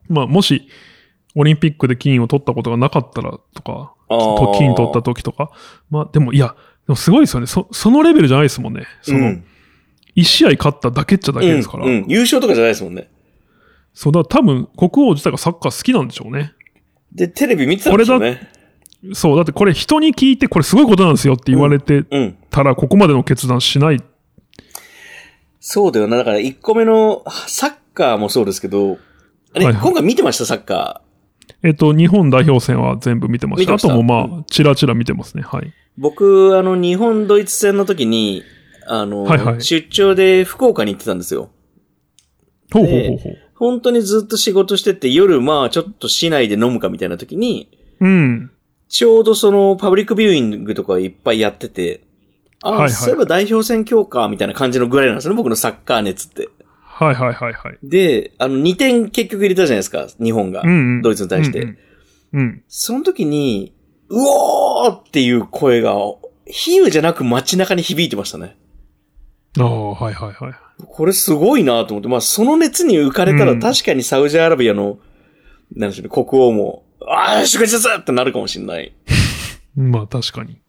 S2: まあ、もし、オリンピックで金を取ったことがなかったらとか、
S1: あ
S2: と金取った時とか、まあ、でも、いや、でもすごいですよね。そ、そのレベルじゃないですもんね。その、一試合勝っただけっちゃだけですから。
S1: うんうん。優勝とかじゃないですもんね。
S2: そうだ、多分、国王自体がサッカー好きなんでしょうね。
S1: で、テレビ見てたんでしょうね。
S2: そう、だってこれ人に聞いて、これすごいことなんですよって言われて
S1: うん。
S2: たら、ここまでの決断しない。
S1: そうだよな。だから1個目のサッカーもそうですけど、あれ、
S2: はいはい
S1: 今回見てました、サッカー。
S2: えっと、日本代表戦は全部見てまし
S1: 見て
S2: た。
S1: ました
S2: あとも
S1: う
S2: まあ、ちらちら見てますね。はい。
S1: 僕、あの、日本ドイツ戦の時に、あの、
S2: はいはい
S1: 出張で福岡に行ってたんですよ。
S2: ほうほうほうほう。
S1: 本当にずっと仕事してて、夜、まあ、ちょっと市内で飲むかみたいな時に、
S2: うん。
S1: ちょうどそのパブリックビューイングとかいっぱいやってて、あ、
S2: はいはい
S1: そういえば代表選強化みたいな感じのぐらいなんですね、僕のサッカー熱って。
S2: はいはいはいはい。
S1: で、あの、2点結局入れたじゃないですか、日本が。
S2: うん、うん。
S1: ドイツに対して
S2: うんうん。うん
S1: その時に、うおーっていう声が、比喩じゃなく街中に響いてましたね。
S2: ああ、はいはいはい。
S1: これすごいなと思って、まあ、その熱に浮かれた
S2: う
S1: ら
S2: ん
S1: 確かにサウジアラビアの、なんでしょうね、国王も、ああ、祝日だってなるかもしれない。
S2: まあ、確かに。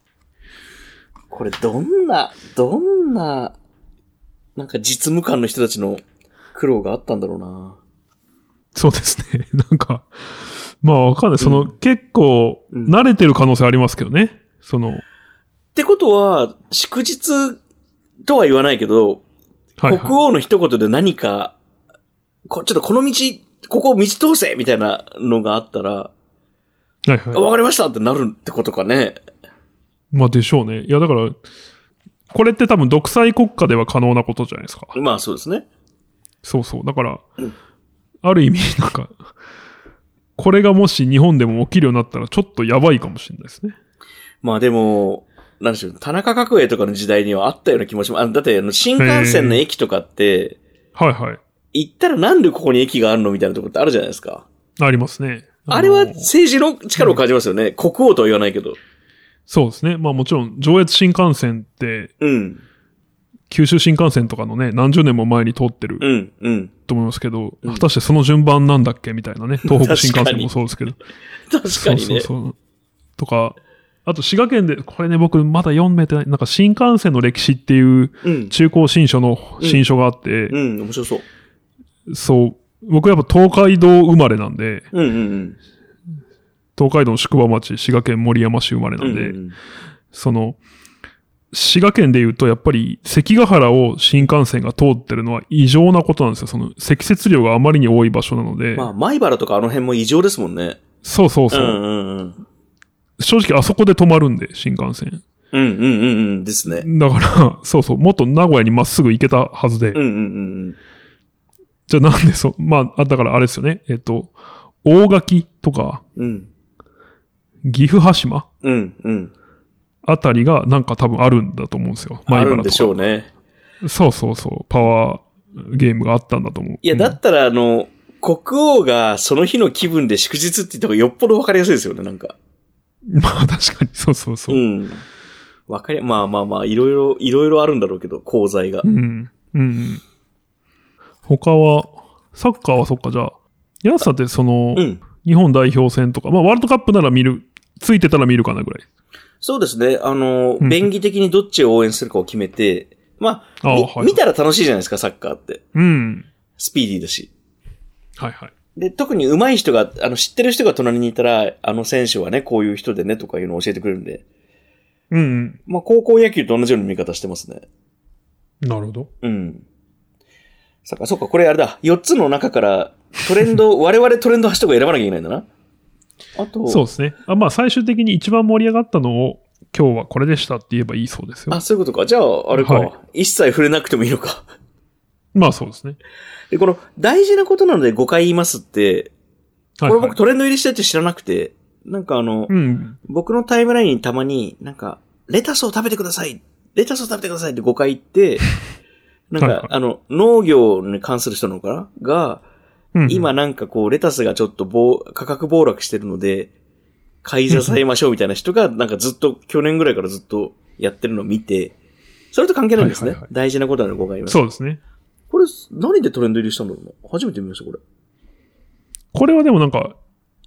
S1: ここれどんな、どんな、なんか実務官の人たちの苦労があったんだろうな。
S2: そうですね。 なんか、まあわかんない。その、
S1: うん
S2: 結構、
S1: うん
S2: 慣れてる可能性ありますけどね。その、
S1: ってことは、祝日とは言わないけど、
S2: はい、
S1: 国王の一言で何か、こちょっとこの道、ここを道通せみたいなのがあったら、
S2: はいはい。
S1: わかりましたってなるってことかね。
S2: まあでしょうね。いやだから、これって多分独裁国家では可能なことじゃないですか。
S1: まあそうですね。
S2: そうそう。だから
S1: うん、
S2: ある意味、なんか、これがもし日本でも起きるようになったらちょっとやばいかもしれないですね。
S1: まあでも、なんでしょう、田中角栄とかの時代にはあったような気もします。あだって、あの、新幹線の駅とかって、
S2: はいはい。
S1: 行ったらなんでここに駅があるのみたいなところってあるじゃないですか。
S2: ありますね。の
S1: あれは政治の力を感じますよね。国王とは言わないけど。
S2: そうですね。まあもちろん、上越新幹線って、
S1: うん。
S2: 九州新幹線とかのね、何十年も前に通ってる
S1: うん。うん。
S2: と思いますけど、
S1: うん
S2: 果たしてその順番なんだっけみたいなね。東北新幹
S1: 確か
S2: 線
S1: に
S2: もそうですけど。
S1: 確かにね。
S2: そうそうそう。とか、あと滋賀県で、これね、僕まだ読めてない、なんか新幹線の歴史っていう
S1: うん。
S2: 中高新書の
S1: うん
S2: 新書があって、
S1: うん、面白そう。
S2: そう、僕やっぱ東海道生まれなんで、
S1: うんうん
S2: 東海道の宿場町、滋賀県森山市生まれ
S1: う。
S2: なんんで、
S1: うんうん
S2: その、滋賀県で言うと、やっぱり関ヶ原を新幹線が通ってるのは異常なことなんですよ。その積雪量があまりに多い場所なので、
S1: まあ、米原とかあの辺も異常ですもんね。
S2: そうそう
S1: うん
S2: そう、
S1: うんうん。
S2: 正直あそこで止まるんで、新幹線。
S1: うんうんうんうん。ですね。
S2: だから、そうそう、もっと名古屋にまっすぐ行けたはずで、
S1: うんうんうんうん。
S2: じゃあなんでそう、 まあ、あだからあれですよね、えっと、大垣とか、
S1: うん。
S2: 岐阜羽島
S1: うんうん。
S2: あたりがなんか多分あるんだと思うんですよ。
S1: あ
S2: 米原とか
S1: るんでしょうね。
S2: そうそうそう、パワーゲームがあったんだと思う。
S1: いや、だったら、あの、国王がその日の気分で祝日って言った方がよっぽどわかりやすいですよね、なんか。
S2: うん まあ確かに、そうそうそうう。
S1: ん。わかり、まあまあまあ、いろいろ、いろいろあるんだろうけど、功罪が
S2: う。ん。うん。うん、他は、サッカーはそっか、じゃあ、ヤスさんってその、
S1: うん。
S2: 日本代表戦とか、まあワールドカップなら見る、ついてたら見るかなぐらい。
S1: そうですね。あの、
S2: うん
S1: 便宜的にどっちを応援するかを決めて、ま
S2: あ
S1: あ、
S2: あ、
S1: み
S2: はい。
S1: 見たら楽しいじゃないですか、サッカーって。
S2: うん。
S1: スピーディーだし。
S2: はいはい。
S1: で、特に上手い人が、あの、知ってる人が隣にいたら、あの選手はね、こういう人でね、とかいうのを教えてくれるんで。
S2: うんうん。
S1: まあ、高校野球と同じような見方してますね。
S2: なるほど。
S1: うん。そっか、そっか、これあれだ。4つの中から、トレンド、 我々トレンドハッシュタグを選ばなきゃいけないんだな。あと、
S2: そうですね。あまあ、最終的に一番盛り上がったのを、今日はこれでしたって言えばいいそうですよ
S1: あ、。そういうことか。じゃあ、あれか。
S2: はい
S1: 一切触れなくてもいいのか。
S2: まあ、そうですね。
S1: で、この、大事なことなので5回言いますって、
S2: はい、
S1: これ
S2: はい
S1: 僕トレンド入りしてって知らなくて、なんかあの、
S2: うん。
S1: 僕のタイムラインにたまに、なんか、レタスを食べてくださいレタスを食べてくださいって5回言 って、なん
S2: はいは
S1: か、
S2: い
S1: あの、農業に関する人なのかなが、
S2: うん、
S1: 今なんかこう、レタスがちょっと暴、価格暴落してるので、買い支えましょうみたいな人が、なんかずっと、去年ぐらいからずっとやってるのを見て、それと関係ないんですね。
S2: はいはいはい
S1: 大事なことなので5回言います。
S2: そうですね。
S1: これ、何でトレンド入りしたんだろうな初めて見ました、これ。
S2: これはでもなんか、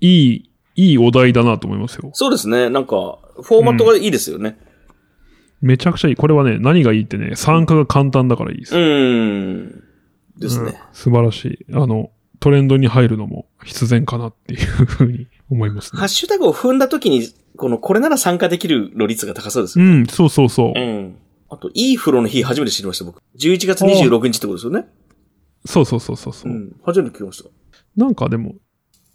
S2: いい、いいお題だなと思いますよ。
S1: そうですね。なんか、フォーマットがいいですよね。
S2: めちゃくちゃいい。これはね、何がいいってね、参加が簡単だからいいです。
S1: うーん。です
S2: うん
S1: ね。
S2: 素晴らしい。あの、トレンドに入るのも必然かなっていうふうに思います
S1: ハ
S2: ね
S1: ッ。シュタグを踏んだ時に、この、これなら参加できるの率が高そうです
S2: う
S1: よ。
S2: ん、そうそうそ
S1: う。
S2: う
S1: ん。あと、いい風呂の日初めて知りました、僕。11月26日ってことですよね。
S2: そうそうそうそうそうう。
S1: ん。初めて聞きました。
S2: なんかでも、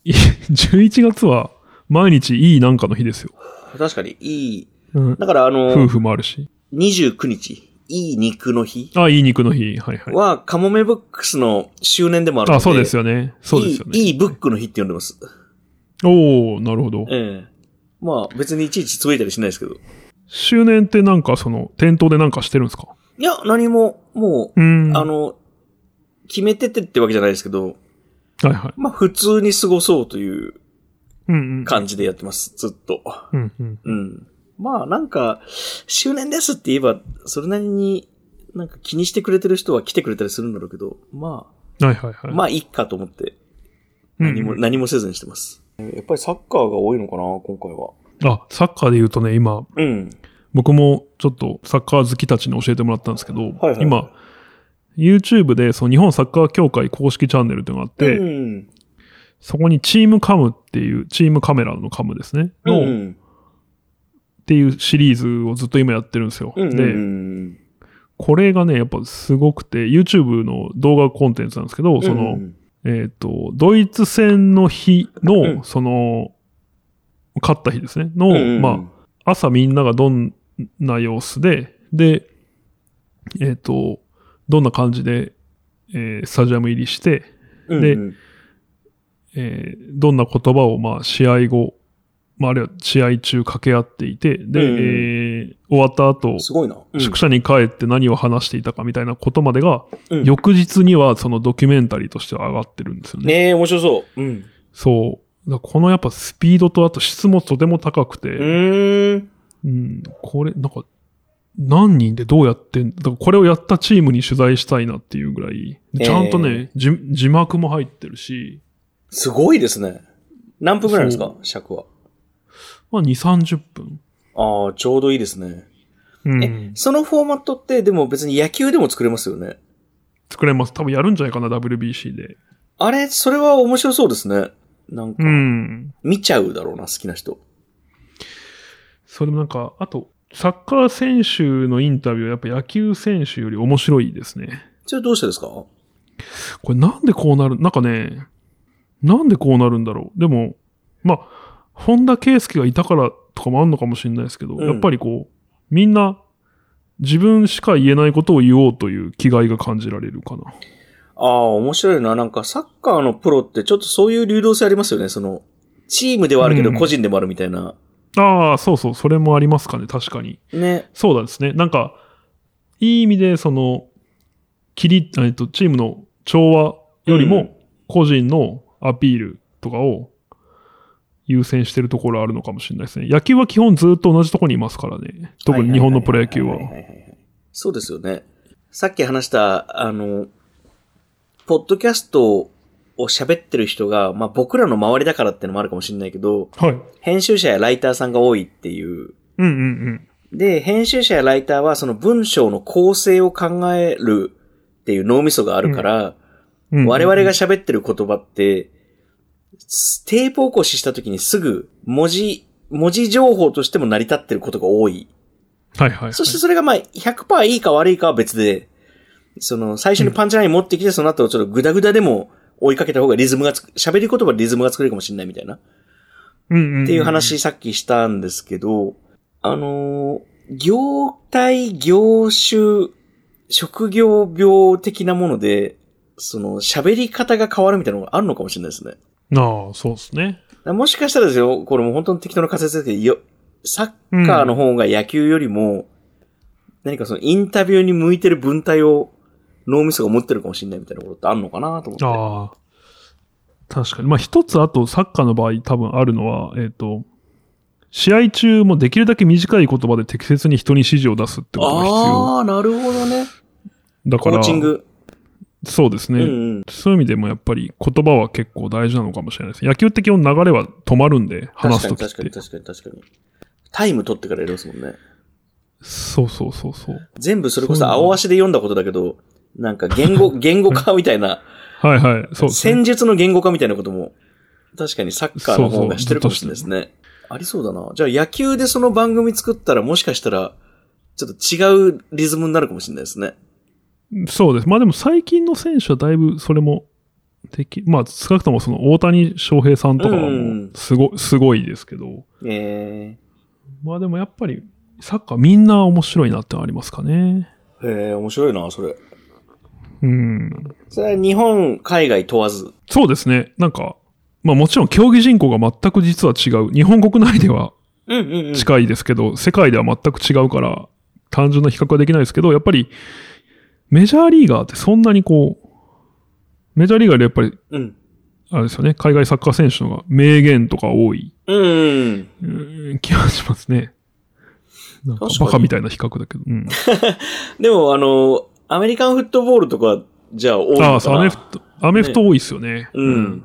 S2: い 11月は毎日いいなんかの日ですよ。
S1: 確かに、いい。
S2: うん、
S1: だから、あ
S2: 夫
S1: の、
S2: 婦もあるし。
S1: 29日、いい肉の日
S2: あ、いい肉の日。はいはい。
S1: は、カモメブックスの周年でもあるので。
S2: あ、そうですよね。そうですよね。
S1: いい、いいブックの日って呼んでます。
S2: おおなるほど。
S1: ええ。まあ、別にいちいちつぶやいたりしないですけど。
S2: 周年ってなんかその、店頭でなんかしてるんですか
S1: いや、何も、も
S2: う
S1: う、
S2: ん。
S1: あ、の、決めててってわけじゃないですけど、
S2: はいはい。
S1: まあ、普通に過ごそうという
S2: うんうん。
S1: 感じでやってます、ずっと。
S2: うんうん。
S1: うん。まあ、なんか、周年ですって言えば、それなりに、なんか気にしてくれてる人は来てくれたりするんだろうけど、ま
S2: はいはいは
S1: あ、
S2: い。
S1: まあ、いいかと思って、
S2: うんうん
S1: 何も、何もせずにしてます。やっぱりサッカーが多いのかな、今回は。
S2: あ、サッカーで言うとね、今、
S1: うん。
S2: 僕もちょっとサッカー好きたちに教えてもらったんですけど、
S1: はいはい
S2: 今、YouTube でその日本サッカー協会公式チャンネルっていうのがあって、
S1: うん。
S2: そこにチームカムっていう、チームカメラのカムですね、
S1: う
S2: の、っ
S1: ん。
S2: ていうシリーズをずっと今やってるんですよ。
S1: うんうんう
S2: で、
S1: ん。
S2: これがね、やっぱすごくて、YouTube の動画コンテンツなんですけど、その、
S1: うん
S2: えっ、と、ドイツ戦の日の、
S1: うん
S2: その、勝った日ですね。の、
S1: うんうんうん、
S2: まあ、朝みんながどんな様子で、で、えっ、と、どんな感じで、えースタジアム入りして、
S1: うん
S2: で
S1: うん
S2: えーどんな言葉を、まあ、試合後、まあ、あるいは試合中掛け合っていて、
S1: う
S2: で、
S1: んうん
S2: えー終わった後、
S1: すごいな。うん
S2: 宿舎に帰って何を話していたかみたいなことまでが、
S1: うん
S2: 翌日にはそのドキュメンタリーとして上がってるんですよね。
S1: ねえ、面白そう。うん。
S2: そう。だからこのやっぱスピードとあと質もとても高くて、
S1: うーん。
S2: うんこれ、なんか、何人でどうやってんだからこれをやったチームに取材したいなっていうぐらい、
S1: えー
S2: ちゃんとね、字字幕も入ってるし、
S1: すごいですね。何分くらいなんですか尺は。
S2: まあ2、30分。
S1: ああ、ちょうどいいですね。
S2: うん
S1: え、そのフォーマットって、でも別に野球でも作れますよね。
S2: 作れます。多分やるんじゃないかな、WBC で。
S1: あれ、それは面白そうですね。なんか
S2: う、ん。
S1: 見ちゃうだろうな、好きな人。
S2: それもなんか、あと、サッカー選手のインタビューはやっぱ野球選手より面白いですね。
S1: それどうしてですかう
S2: これなんでこうなる、なんかね、なんでこうなるんだろう。でも、まあ、本田圭佑がいたからとかもあるのかもしれないですけど、
S1: うん
S2: やっぱりこう、みんな、自分しか言えないことを言おうという気概が感じられるかな。
S1: ああ、面白いな。なんか、サッカーのプロってちょっとそういう流動性ありますよね。その、チームではあるけど、
S2: うん
S1: 個人でもあるみたいな。
S2: ああ、そうそう、それもありますかね、確かに。
S1: ね。
S2: そうなんですね。なんか、いい意味で、その、切り、えっと、チームの調和より
S1: うん
S2: も、個人のアピールとかを優先してるところあるのかもしれないですね。野球は基本ずっと同じところにいますからね。特に日本のプロ野球は。
S1: いいいいいいそうですよね。さっき話した、あの、ポッドキャストを喋ってる人が、まあ僕らの周りだからってのもあるかもしれないけど、
S2: はい。
S1: 編集者やライターさんが多いっていう。
S2: うんうん
S1: で、編集者やライターはその文章の構成を考えるっていう脳みそがあるから、
S2: うんうん。
S1: 我々が喋ってる言葉って、すテープ起こしした時にすぐ文字、文字情報としても成り立ってることが多い。
S2: はいはいはい。
S1: そしてそれがまあ100%いいか悪いかは別で、その最初にパンチライン持ってきて、その後ちょっとグダグダでも追いかけた方がリズムがつく、喋り言葉でリズムが作れるかもしれないみたいな。
S2: っ
S1: っていう話。さっきしたんですけど、あのー業態、業種、職業病的なもので、その喋り方が変わるみたいなのがあるのかもしれないですね。
S2: ああ、そうですね。
S1: もしかしたらですよ、これもう本当に適当な仮説ですけど、よサッカーの方が野球よりも、何かそのインタビューに向いてる文体を脳みそが持ってるかもしれないみたいなことってあるのかなと思って。
S2: ああ。確かに。まあ、一つあと、サッカーの場合多分あるのは、えっ、と、試合中もできるだけ短い言葉で適切に人に指示を出すってことが必要。
S1: あー、なるほどね。
S2: だか
S1: コ
S2: ら、
S1: ーチング。
S2: そうです
S1: う
S2: ね、
S1: んうん。
S2: そういう意味でもやっぱり言葉は結構大事なのかもしれないです。野球って基本流れは止まるんで、話
S1: 確か
S2: すと
S1: に
S2: きっ
S1: 確かに
S2: て。
S1: 確かに確かに。タイム取ってからやりますもんね。
S2: そうそうそうそう。
S1: 全部それこ
S2: そう
S1: そ
S2: なんだ
S1: 青足で読んだことだけど、なんか言 語、言語化みたいな、
S2: はいはい。そうですね
S1: 戦術の言語化みたいなことも、確かにサッカーの方がしてるかもしれないですね。ありそうだな。じゃあ野球でその番組作ったらもしかしたら、ちょっと違うリズムになるかもしれないですね。
S2: そうです。まあでも最近の選手はだいぶそれもでき、まあ少なくともその大谷翔平さんとかはもうすご,、すごいですけど、
S1: え
S2: まあでもやっぱりサッカーみんな面白いなってのはありますかね。
S1: ー、へえ、面白いな、それ。
S2: うん。
S1: それは日本、海外問わず。
S2: そうですね。なんか、まあもちろん競技人口が全く実は違う。日本国内では
S1: うんうんうん。
S2: 近いですけど、世界では全く違うから、単純な比較はできないですけど、やっぱり、メジャーリーガーってそんなにこう、メジャーリーガーでやっぱり、
S1: うん。
S2: あれですよね、海外サッカー選手の方が名言とか多い、
S1: うんうん。
S2: うーん気がしますね。なんか
S1: 確かに
S2: バカみたいな比較だけど。うん、
S1: でも、あの、アメリカンフットボールとか、じゃあ多いのかな
S2: ああ、そう、アメフト、アメフト多いですよね。
S1: うん。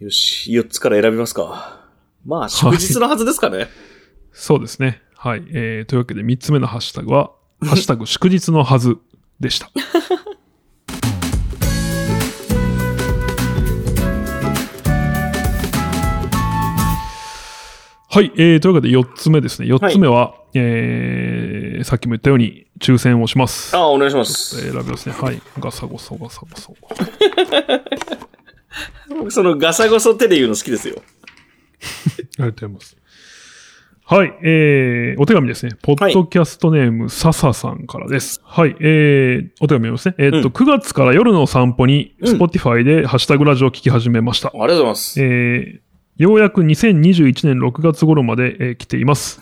S1: よし、4つから選びますか。まあ、祝日のはずですかね。
S2: そうですね。はい。えーというわけで3つ目のハッシュタグ は、ハッシュタグ祝日のはずでした。 はい。えーというわけで4つ目ですね。4つ目は、えーさっきも言ったように抽選をします。
S1: ああ、お願いしま
S2: え
S1: す。
S2: ー選びますね。はい。ガサゴソガサゴソ。
S1: 僕 そのガサゴソ手で言うの好きですよ。
S2: ありがとうございます。はい、えー、お手紙ですね。ポッドキャストネーム、笹さんからです。はい、えー、お手紙をですね。えーっと、
S1: うん
S2: 9月から夜の散歩に、
S1: うん
S2: Spotify でハッシュタグラジオを聞き始めました。
S1: ありがとうございます。
S2: えーようやく2021年6月頃まで、えー来てい ます。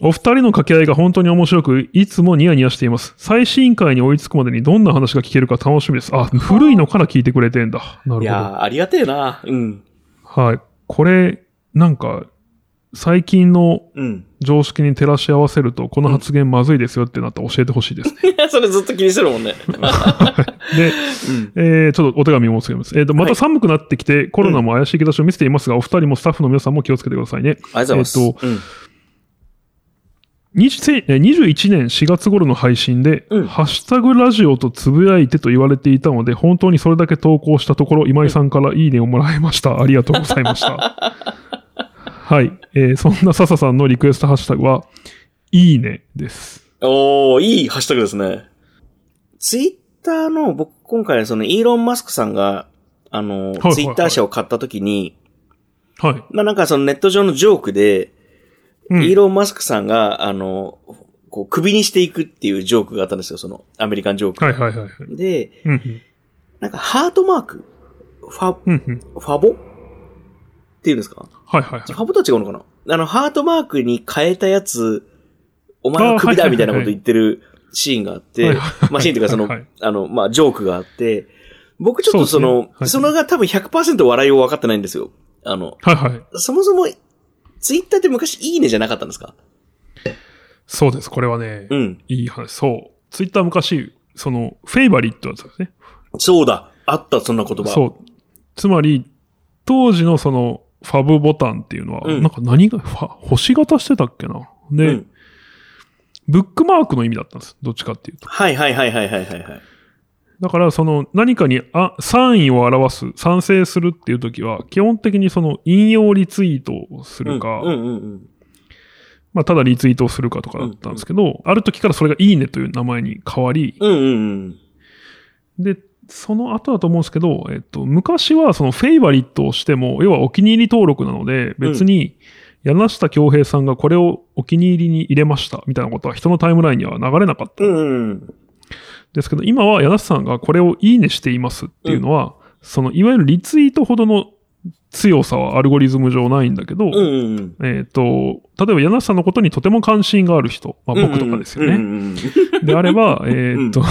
S2: お二人の掛け合いが本当に面白く、いつもニヤニヤしています。最新回に追いつくまでにどんな話が聞けるか楽しみです。あ、古いのから聞いてくれてんだ。なるほど。
S1: いやーありがてえな。うん。
S2: はい。これ、なんか、最近の
S1: うん。
S2: 常識に照らし合わせると、この発言まずいですよってなったら教えてほしいですね。
S1: い やそれずっと気にしてるもんね。う
S2: で、
S1: ん。
S2: えーちょっとお手紙もすぎます。えーと、ま
S1: は
S2: た
S1: い
S2: 寒くなってきて、コロナも怪しい兆しを見せていますが、お二人もスタッフの皆さんも気をつけてくださいね。
S1: ありがとうございます。うん
S2: 20せえー21年4月頃の配信で、
S1: うん
S2: ハッシュタグラジオとつぶやいてと言われていたので、本当にそれだけ投稿したところ、今井さんからいいねをもらいました。ありがとうございました。 はい。えーそんな笹さんのリクエストハッシュタグは、いいねです。
S1: おー、いいハッシュタグですね。ツイッターの、僕今回そのイーロン・マスクさんが、あの、
S2: はいはい
S1: ツイッター社を買った時に、
S2: はい。
S1: まあなんかそのネット上のジョークで、
S2: うん
S1: イーロン・マスクさんが、あの、こう、首にしていくっていうジョークがあったんですよ、その、アメリカンジョーク。
S2: はいはいはいはい。
S1: で、
S2: うんうん
S1: なんかハートマークファ、フ
S2: うんうん。
S1: ァボっていうんですか
S2: はいはいは
S1: フ
S2: い。
S1: ァボとは違うのかなあの、ハートマークに変えたやつ、お前の首
S2: あー
S1: だ
S2: はいはいはい
S1: みたいなこと言ってるシーンがあっ
S2: はい
S1: て
S2: は、
S1: まあシーンというかその、
S2: はいはい
S1: あの、まあジョークがあって、僕ちょっとそ
S2: そう
S1: の、
S2: で
S1: そ,、
S2: すねはい
S1: のが多分100%笑いを分かってないんですよ。あの、
S2: はいはい。
S1: そもそも、ツイッターって昔いいねじゃなかったんですか
S2: そうです。これはね、
S1: うん。
S2: いい話。そう。ツイッター昔、その、フェイバリットだったんですね。
S1: そうだ。あった、そんな言葉。
S2: そう。つまり、当時のその、ファブボタンっていうのは、
S1: うん
S2: なんか何が、ファ星型してたっけな。
S1: う
S2: で、
S1: ん。
S2: ブックマークの意味だったんです。どっちかっていうと。
S1: はいはいはいはいはいはいはい。
S2: だから、その、何かにあ賛意を表す、賛成するっていう時は、基本的にその、引用リツイートをするか、
S1: うんうんうん
S2: まあ、ただリツイートをするかとかだったんですけど、ある時からそれがいいねという名前に変わり、
S1: うん。うんうん
S2: で、その後だと思うんですけど、えっと、昔はそのフェイバリットをしても、要はお気に入り登録なので、別に、柳下恭平さんがこれをお気に入りに入れました、みたいなことは人のタイムラインには流れなかった
S1: うん。うんんうん。
S2: ですけど、今は柳下さんがこれをいいねしていますっていうのは、その、いわゆるリツイートほどの強さはアルゴリズム上ないんだけど、
S1: うんうんうん。
S2: えっと、例えば柳下さんのことにとても関心がある人、まあ僕とかですよね。
S1: うんうんうん
S2: であれば、えーっと、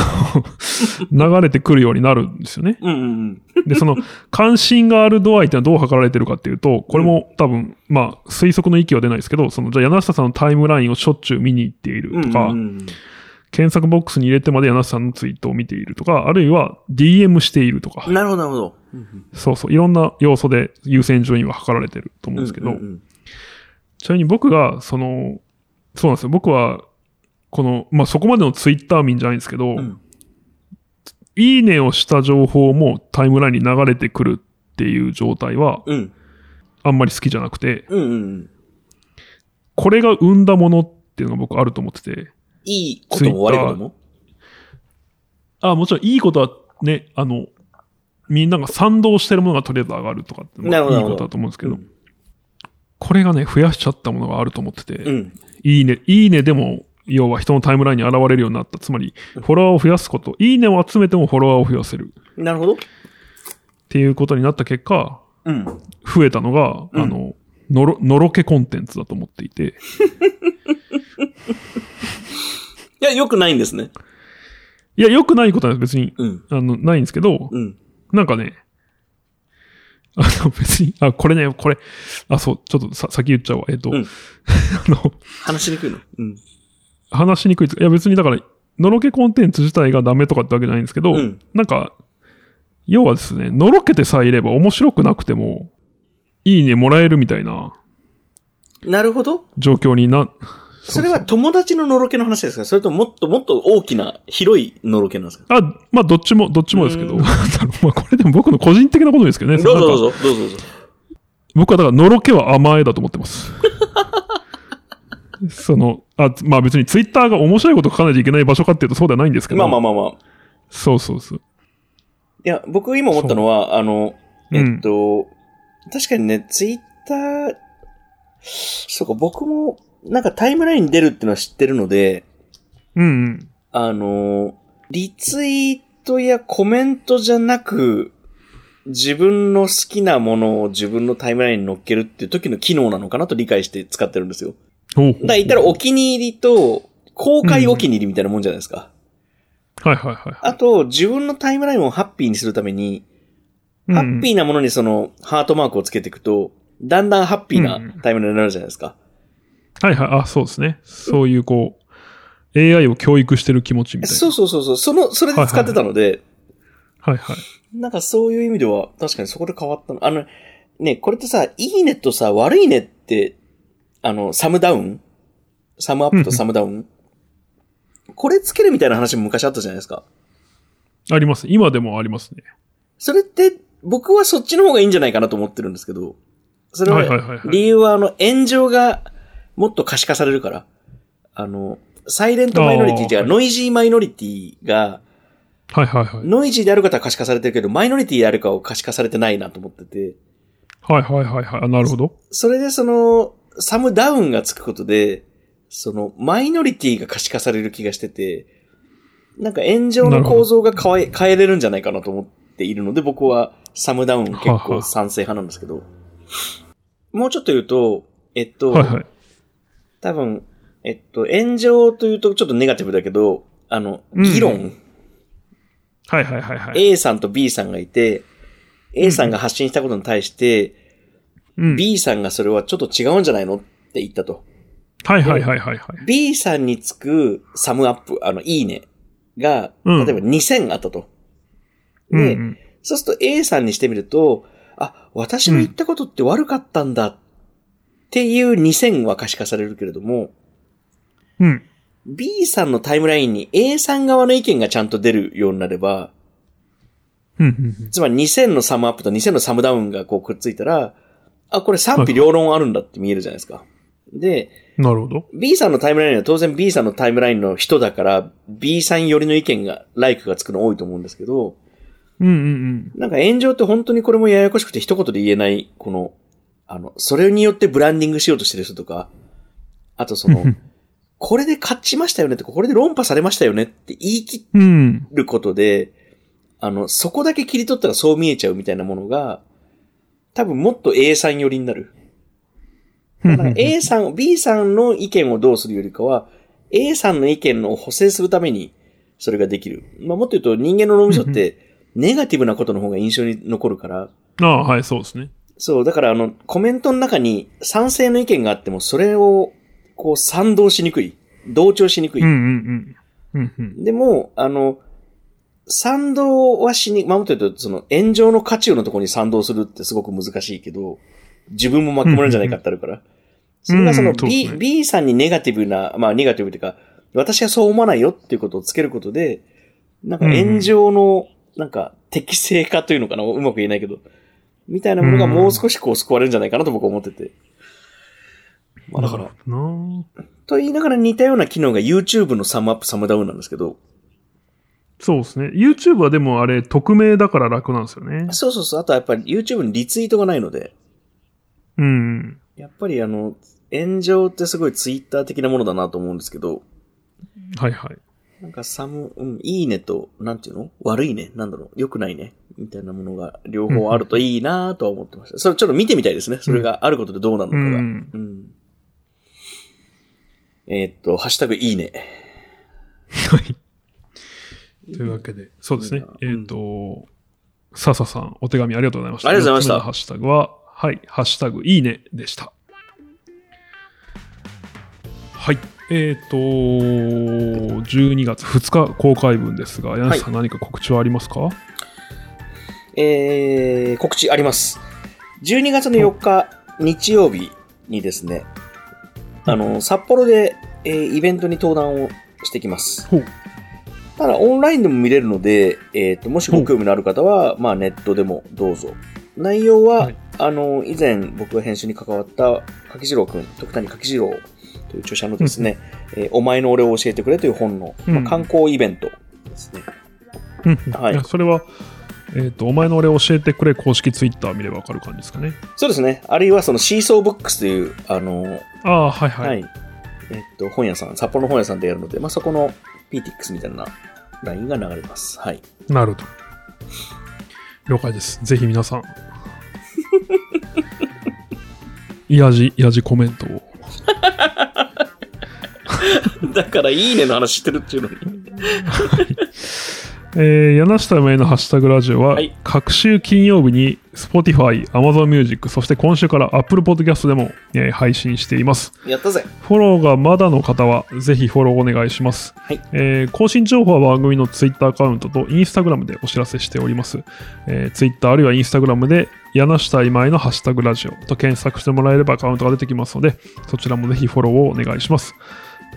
S2: 流れてくるようになるんですよね。
S1: うんうんうん。
S2: で、その、関心がある度合いってのはどう測られてるかっていうと、これも多分、まあ、推測の域は出ないですけど、その、じゃあ柳下さんのタイムラインをしょっちゅう見に行っていると
S1: う
S2: か、
S1: んうんうん
S2: 検索ボックスに入れてまで柳下さんのツイートを見ているとか、あるいは DM しているとか、
S1: なるほど、なるほど。
S2: そうそう、いろんな要素で優先順位は測られてると思うんですけど、
S1: うんうんうん
S2: ちなみに僕が、その、そうなんですよ。僕は、この、まあ、そこまでのツイッター民じゃないんですけど、
S1: ん
S2: いいねをした情報もタイムラインに流れてくるっていう状態は、
S1: うん。
S2: あんまり好きじゃなくて、
S1: うんうんうん。
S2: これが生んだものっていうのが僕あると思ってて、
S1: いいことも悪いことも。
S2: あもちろんいいことはね、あの、みんなが賛同してるものがとりあえず上がるとかっていうの
S1: なるほど
S2: がい
S1: ないるほど
S2: ことだと思うんですけど、
S1: うん
S2: これがね、増やしちゃったものがあると思ってて、
S1: うん。
S2: いいね、いいねでも、要は人のタイムラインに現れるようになった。つまり、フォロワーを増やすこと、いいねを集めてもフォロワーを増やせるっ
S1: なるほど。
S2: ていうことになった結果、
S1: うん。
S2: 増えたのが、
S1: うん
S2: あの、のろ、のろけコンテンツだと思っていて、
S1: いや、良くないんですね。
S2: いや、良くないことは別に、
S1: うん。
S2: あの、ないんですけど、
S1: うん。
S2: なんかね、あの、別に、あ、これね、これ、あ、そう、ちょっとさ、先言っちゃうわ。えっ、と、
S1: うん
S2: あの、
S1: 話しにくいの。うん。
S2: 話しにくいです。いや、別にだから、のろけコンテンツ自体がダメとかってわけじゃないんですけど、
S1: うん
S2: なんか、要はですね、のろけてさえいれば面白くなくても、いいねもらえるみたいな、
S1: なるほど。
S2: 状況にな、
S1: それは友達ののろけの話ですかそれともっともっと大きな、広いのろけなんですか
S2: あ、まあ、どっちも、どっちもですけ
S1: う
S2: ど、
S1: ん
S2: まあこれでも僕の個人的なことですけどね。
S1: どうぞどう
S2: そのなんか
S1: ぞ、どうぞどうぞ。
S2: 僕はだから、のろけは甘えだと思って ます。その、あ、まあ別にツイッターが面白いこと書かないといけない場所かっていうとそうではないんですけど。
S1: まあまあまあまあ。
S2: そうそうそう。
S1: いや、僕今思ったのは、あの、
S2: う
S1: え
S2: ん
S1: っと、確かにね、ツイッター、そうか、僕も、なんかタイムラインに出るっていうのは知ってるので、
S2: うんうん。
S1: あの、リツイートやコメントじゃなく、自分の好きなものを自分のタイムラインに乗っけるっていう時の機能なのかなと理解して使ってるんですよ。
S2: お
S1: だ
S2: う
S1: から言ったらお気に入りと、公開お気に入りみたいなもんじゃないですか。
S2: はいはいはいはい。
S1: あと、自分のタイムラインをハッピーにするために、ハッピ
S2: ー。
S1: ーなものにその、ハートマークをつけていくと、だんだんハッピーなタイムラインになるじゃないですか。
S2: はいはい。あ、そうですね。そういうこう、AI を教育してる気持ちみたいな。
S1: そうそうそうそう、その、それで使ってたので、
S2: はいはい。
S1: なんかそういう意味では、確かにそこで変わったの。あの、ね、これってさ、いいねとさ、悪いねって、あの、サムダウンサムアップとサムダウンこれつけるみたいな話も昔あったじゃないですか。
S2: あります。今でもありますね。
S1: それって、僕はそっちの方がいいんじゃないかなと思ってるんですけど、それ
S2: はいはいはいは、
S1: はい理由はあの、炎上がもっと可視化されるから、あの、サイレントマイノリティじゃ
S2: あーはい
S1: ノイジーマイノリティが、
S2: はいはいはい。
S1: ノイジーである方は可視化されてるけど、マイノリティであるかを可視化されてないなと思ってて、
S2: はいはいはいはい。あなるほど。
S1: それでその、サムダウンがつくことで、その、マイノリティが可視化される気がしてて、なんか炎上の構造が変え変えれるんじゃないかなと思っているので、僕はサムダウン結
S2: はあは
S1: 構
S2: あ
S1: 賛成派なんですけど、もうちょっと言うと、えっと、
S2: はいはい。
S1: 多分、えっと、炎上というとちょっとネガティブだけど、あの、
S2: うん
S1: 議論、
S2: はいはいはいはい。
S1: A さんと B さんがいて、A さんが発信したことに対して、
S2: うん
S1: B さんがそれはちょっと違うんじゃないのって言ったと。
S2: はいはいはいはいはい。
S1: B さんにつくサムアップ、あの、いいねが、
S2: うん
S1: 例えば2000あったと。
S2: うんう
S1: で、
S2: ん。
S1: そうすると A さんにしてみると、あ、私の言ったことって悪かったんだっていう2000は可視化されるけれども、
S2: うん。
S1: B さんのタイムラインに A さん側の意見がちゃんと出るようになれば、
S2: うんうんうん
S1: つまり2000のサムアップと2000のサムダウンがこうくっついたら、あ、これ賛否両論あるんだって見えるじゃないですか。で、
S2: なるほど。
S1: B さんのタイムラインは当然 B さんのタイムラインの人だから、B さん寄りの意見が、ライクがつくの多いと思うんですけど、
S2: うんうん
S1: なんか炎上って本当にこれもややこしくて一言で言えない、この、あの、それによってブランディングしようとしてる人とか、あとそ
S2: うん。
S1: の、これで勝ちましたよねとか、これで論破されましたよねって言い切
S2: うん。
S1: ることで、あの、そこだけ切り取ったらそう見えちゃうみたいなものが、多分もっと A さん寄りになる。
S2: う
S1: だ
S2: ん
S1: から A さん、B さんの意見をどうするよりかは、A さんの意見を補正するために、それができる。まあ、もっと言うと人間の脳みそって、ネガティブなことの方が印象に残るから、
S2: ああ、はい、そうですね。
S1: そう、だからあの、コメントの中に賛成の意見があっても、それを、こう、賛同しにくい。同調しにくい。
S2: うんうんうん。うんうん。
S1: でも、あの、賛同はしに、まあ、もっと言うと、その、炎上の渦中のところに賛同するってすごく難しいけど、自分も巻き込まれるんじゃないかってあるから。それがその
S2: うんそうで
S1: B、
S2: すね
S1: B さんにネガティブな、まあ、ネガティブというか、私はそう思わないよっていうことをつけることで、なんか炎上の、なんか、適正化というのかな、うまく言えないけど、みたいなものがもう少しこう救われるんじゃないかなと僕は思ってて。まあ、だから、
S2: なるほどな
S1: と言いながら似たような機能が YouTube のサムアップ、サムダウンなんですけど、
S2: そうですね。YouTube はでもあれ、匿名だから楽なんですよね。
S1: そうそうそう。あとはやっぱり YouTube にリツイートがないので、
S2: うんうん。
S1: やっぱりあの、炎上ってすごい Twitter 的なものだなと思うんですけど、
S2: はいはい。
S1: なんかサム、うん、いいねと、なんていうの悪いねなんだろう良くないねみたいなものが両方あるといいなとは思ってました。それちょっと見てみたいですね。それがあることでどうなるの
S2: う
S1: かが。うん。
S2: ん。
S1: えーっと、ハッシュタグいいね。
S2: はい。というわけで、そうですね。えっ、と、笹さん、お手紙ありがとうございました。
S1: ありがとうございました
S2: 四つ目のハッシュタグは、はい、ハッシュタグいいねでした。はい。えっ、と、12月2日公開分ですが、柳瀬さん、何か告知はありますかは
S1: えー、告知あります。12月の4日、日曜日にですね、あの、札幌で、えーイベントに登壇をしてきます。
S2: ほう。
S1: ただ、オンラインでも見れるので、えっ、と、もしご興味のある方は、まあ、ネットでもどうぞ。内容は、
S2: はい
S1: あの、以前僕が編集に関わった柿次郎くん、徳谷柿次郎という著者のですね、えーお前の俺を教えてくれという本の、まあ
S2: うん
S1: 観光イベントですね。
S2: うんうん
S1: はい
S2: いやそれは、えっ、と、お前の俺教えてくれ公式ツイッター見ればわかる感じですかね。
S1: そうですね。あるいは、その、シーソーブックスという、あの、
S2: ああ、はいはい。
S1: はい。えっと、本屋さん、札幌の本屋さんでやるので、まあ、そこの PTX みたいなラインが流れます。はい。
S2: なるほど。了解です。ぜひ皆さん、 やじ、やじコメントを。
S1: だから、いいねの話してるっていうのに。
S2: えー柳下芽衣のハッシュタグラジオは、
S1: はい
S2: 各週金曜日に Spotify、Amazon Music、そして今週から Apple Podcast でも、えー配信しています。
S1: やったぜ。
S2: フォローがまだの方は、ぜひフォローお願いします。
S1: はい
S2: えー更新情報は番組の Twitter アカウントと Instagram でお知らせしております。えー、Twitter あるいは Instagram で、柳下今井のハッシュタグラジオと検索してもらえればアカウントが出てきますので、そちらもぜひフォローをお願いします。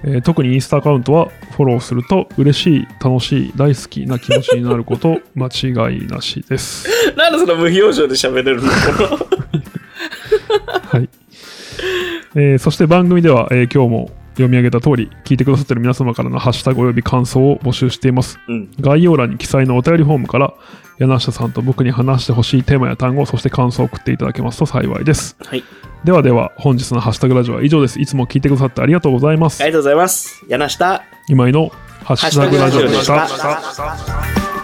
S2: えー特にインスタアカウントはフォローすると嬉しい、楽しい、大好きな気持ちになること間違いなしです。
S1: なんでその無表情で喋れるの
S2: はい。えーそして番組では、えー今日も読み上げた通り、聞いてくださっている皆様からのハッシュタグおよび感想を募集しています。
S1: うん。
S2: 概要欄に記載のお便りフォームから、柳下さんと僕に話してほしいテーマや単語、そして感想を送っていただけますと幸いです。
S1: はい。
S2: ではでは、本日のハッシュタグラジオは以上です。いつも聞いてくださってありがとうございます。
S1: ありがとうございます。柳下、
S2: 今井のハッシュタグラジオでした。
S1: ハッシュタグラジオでした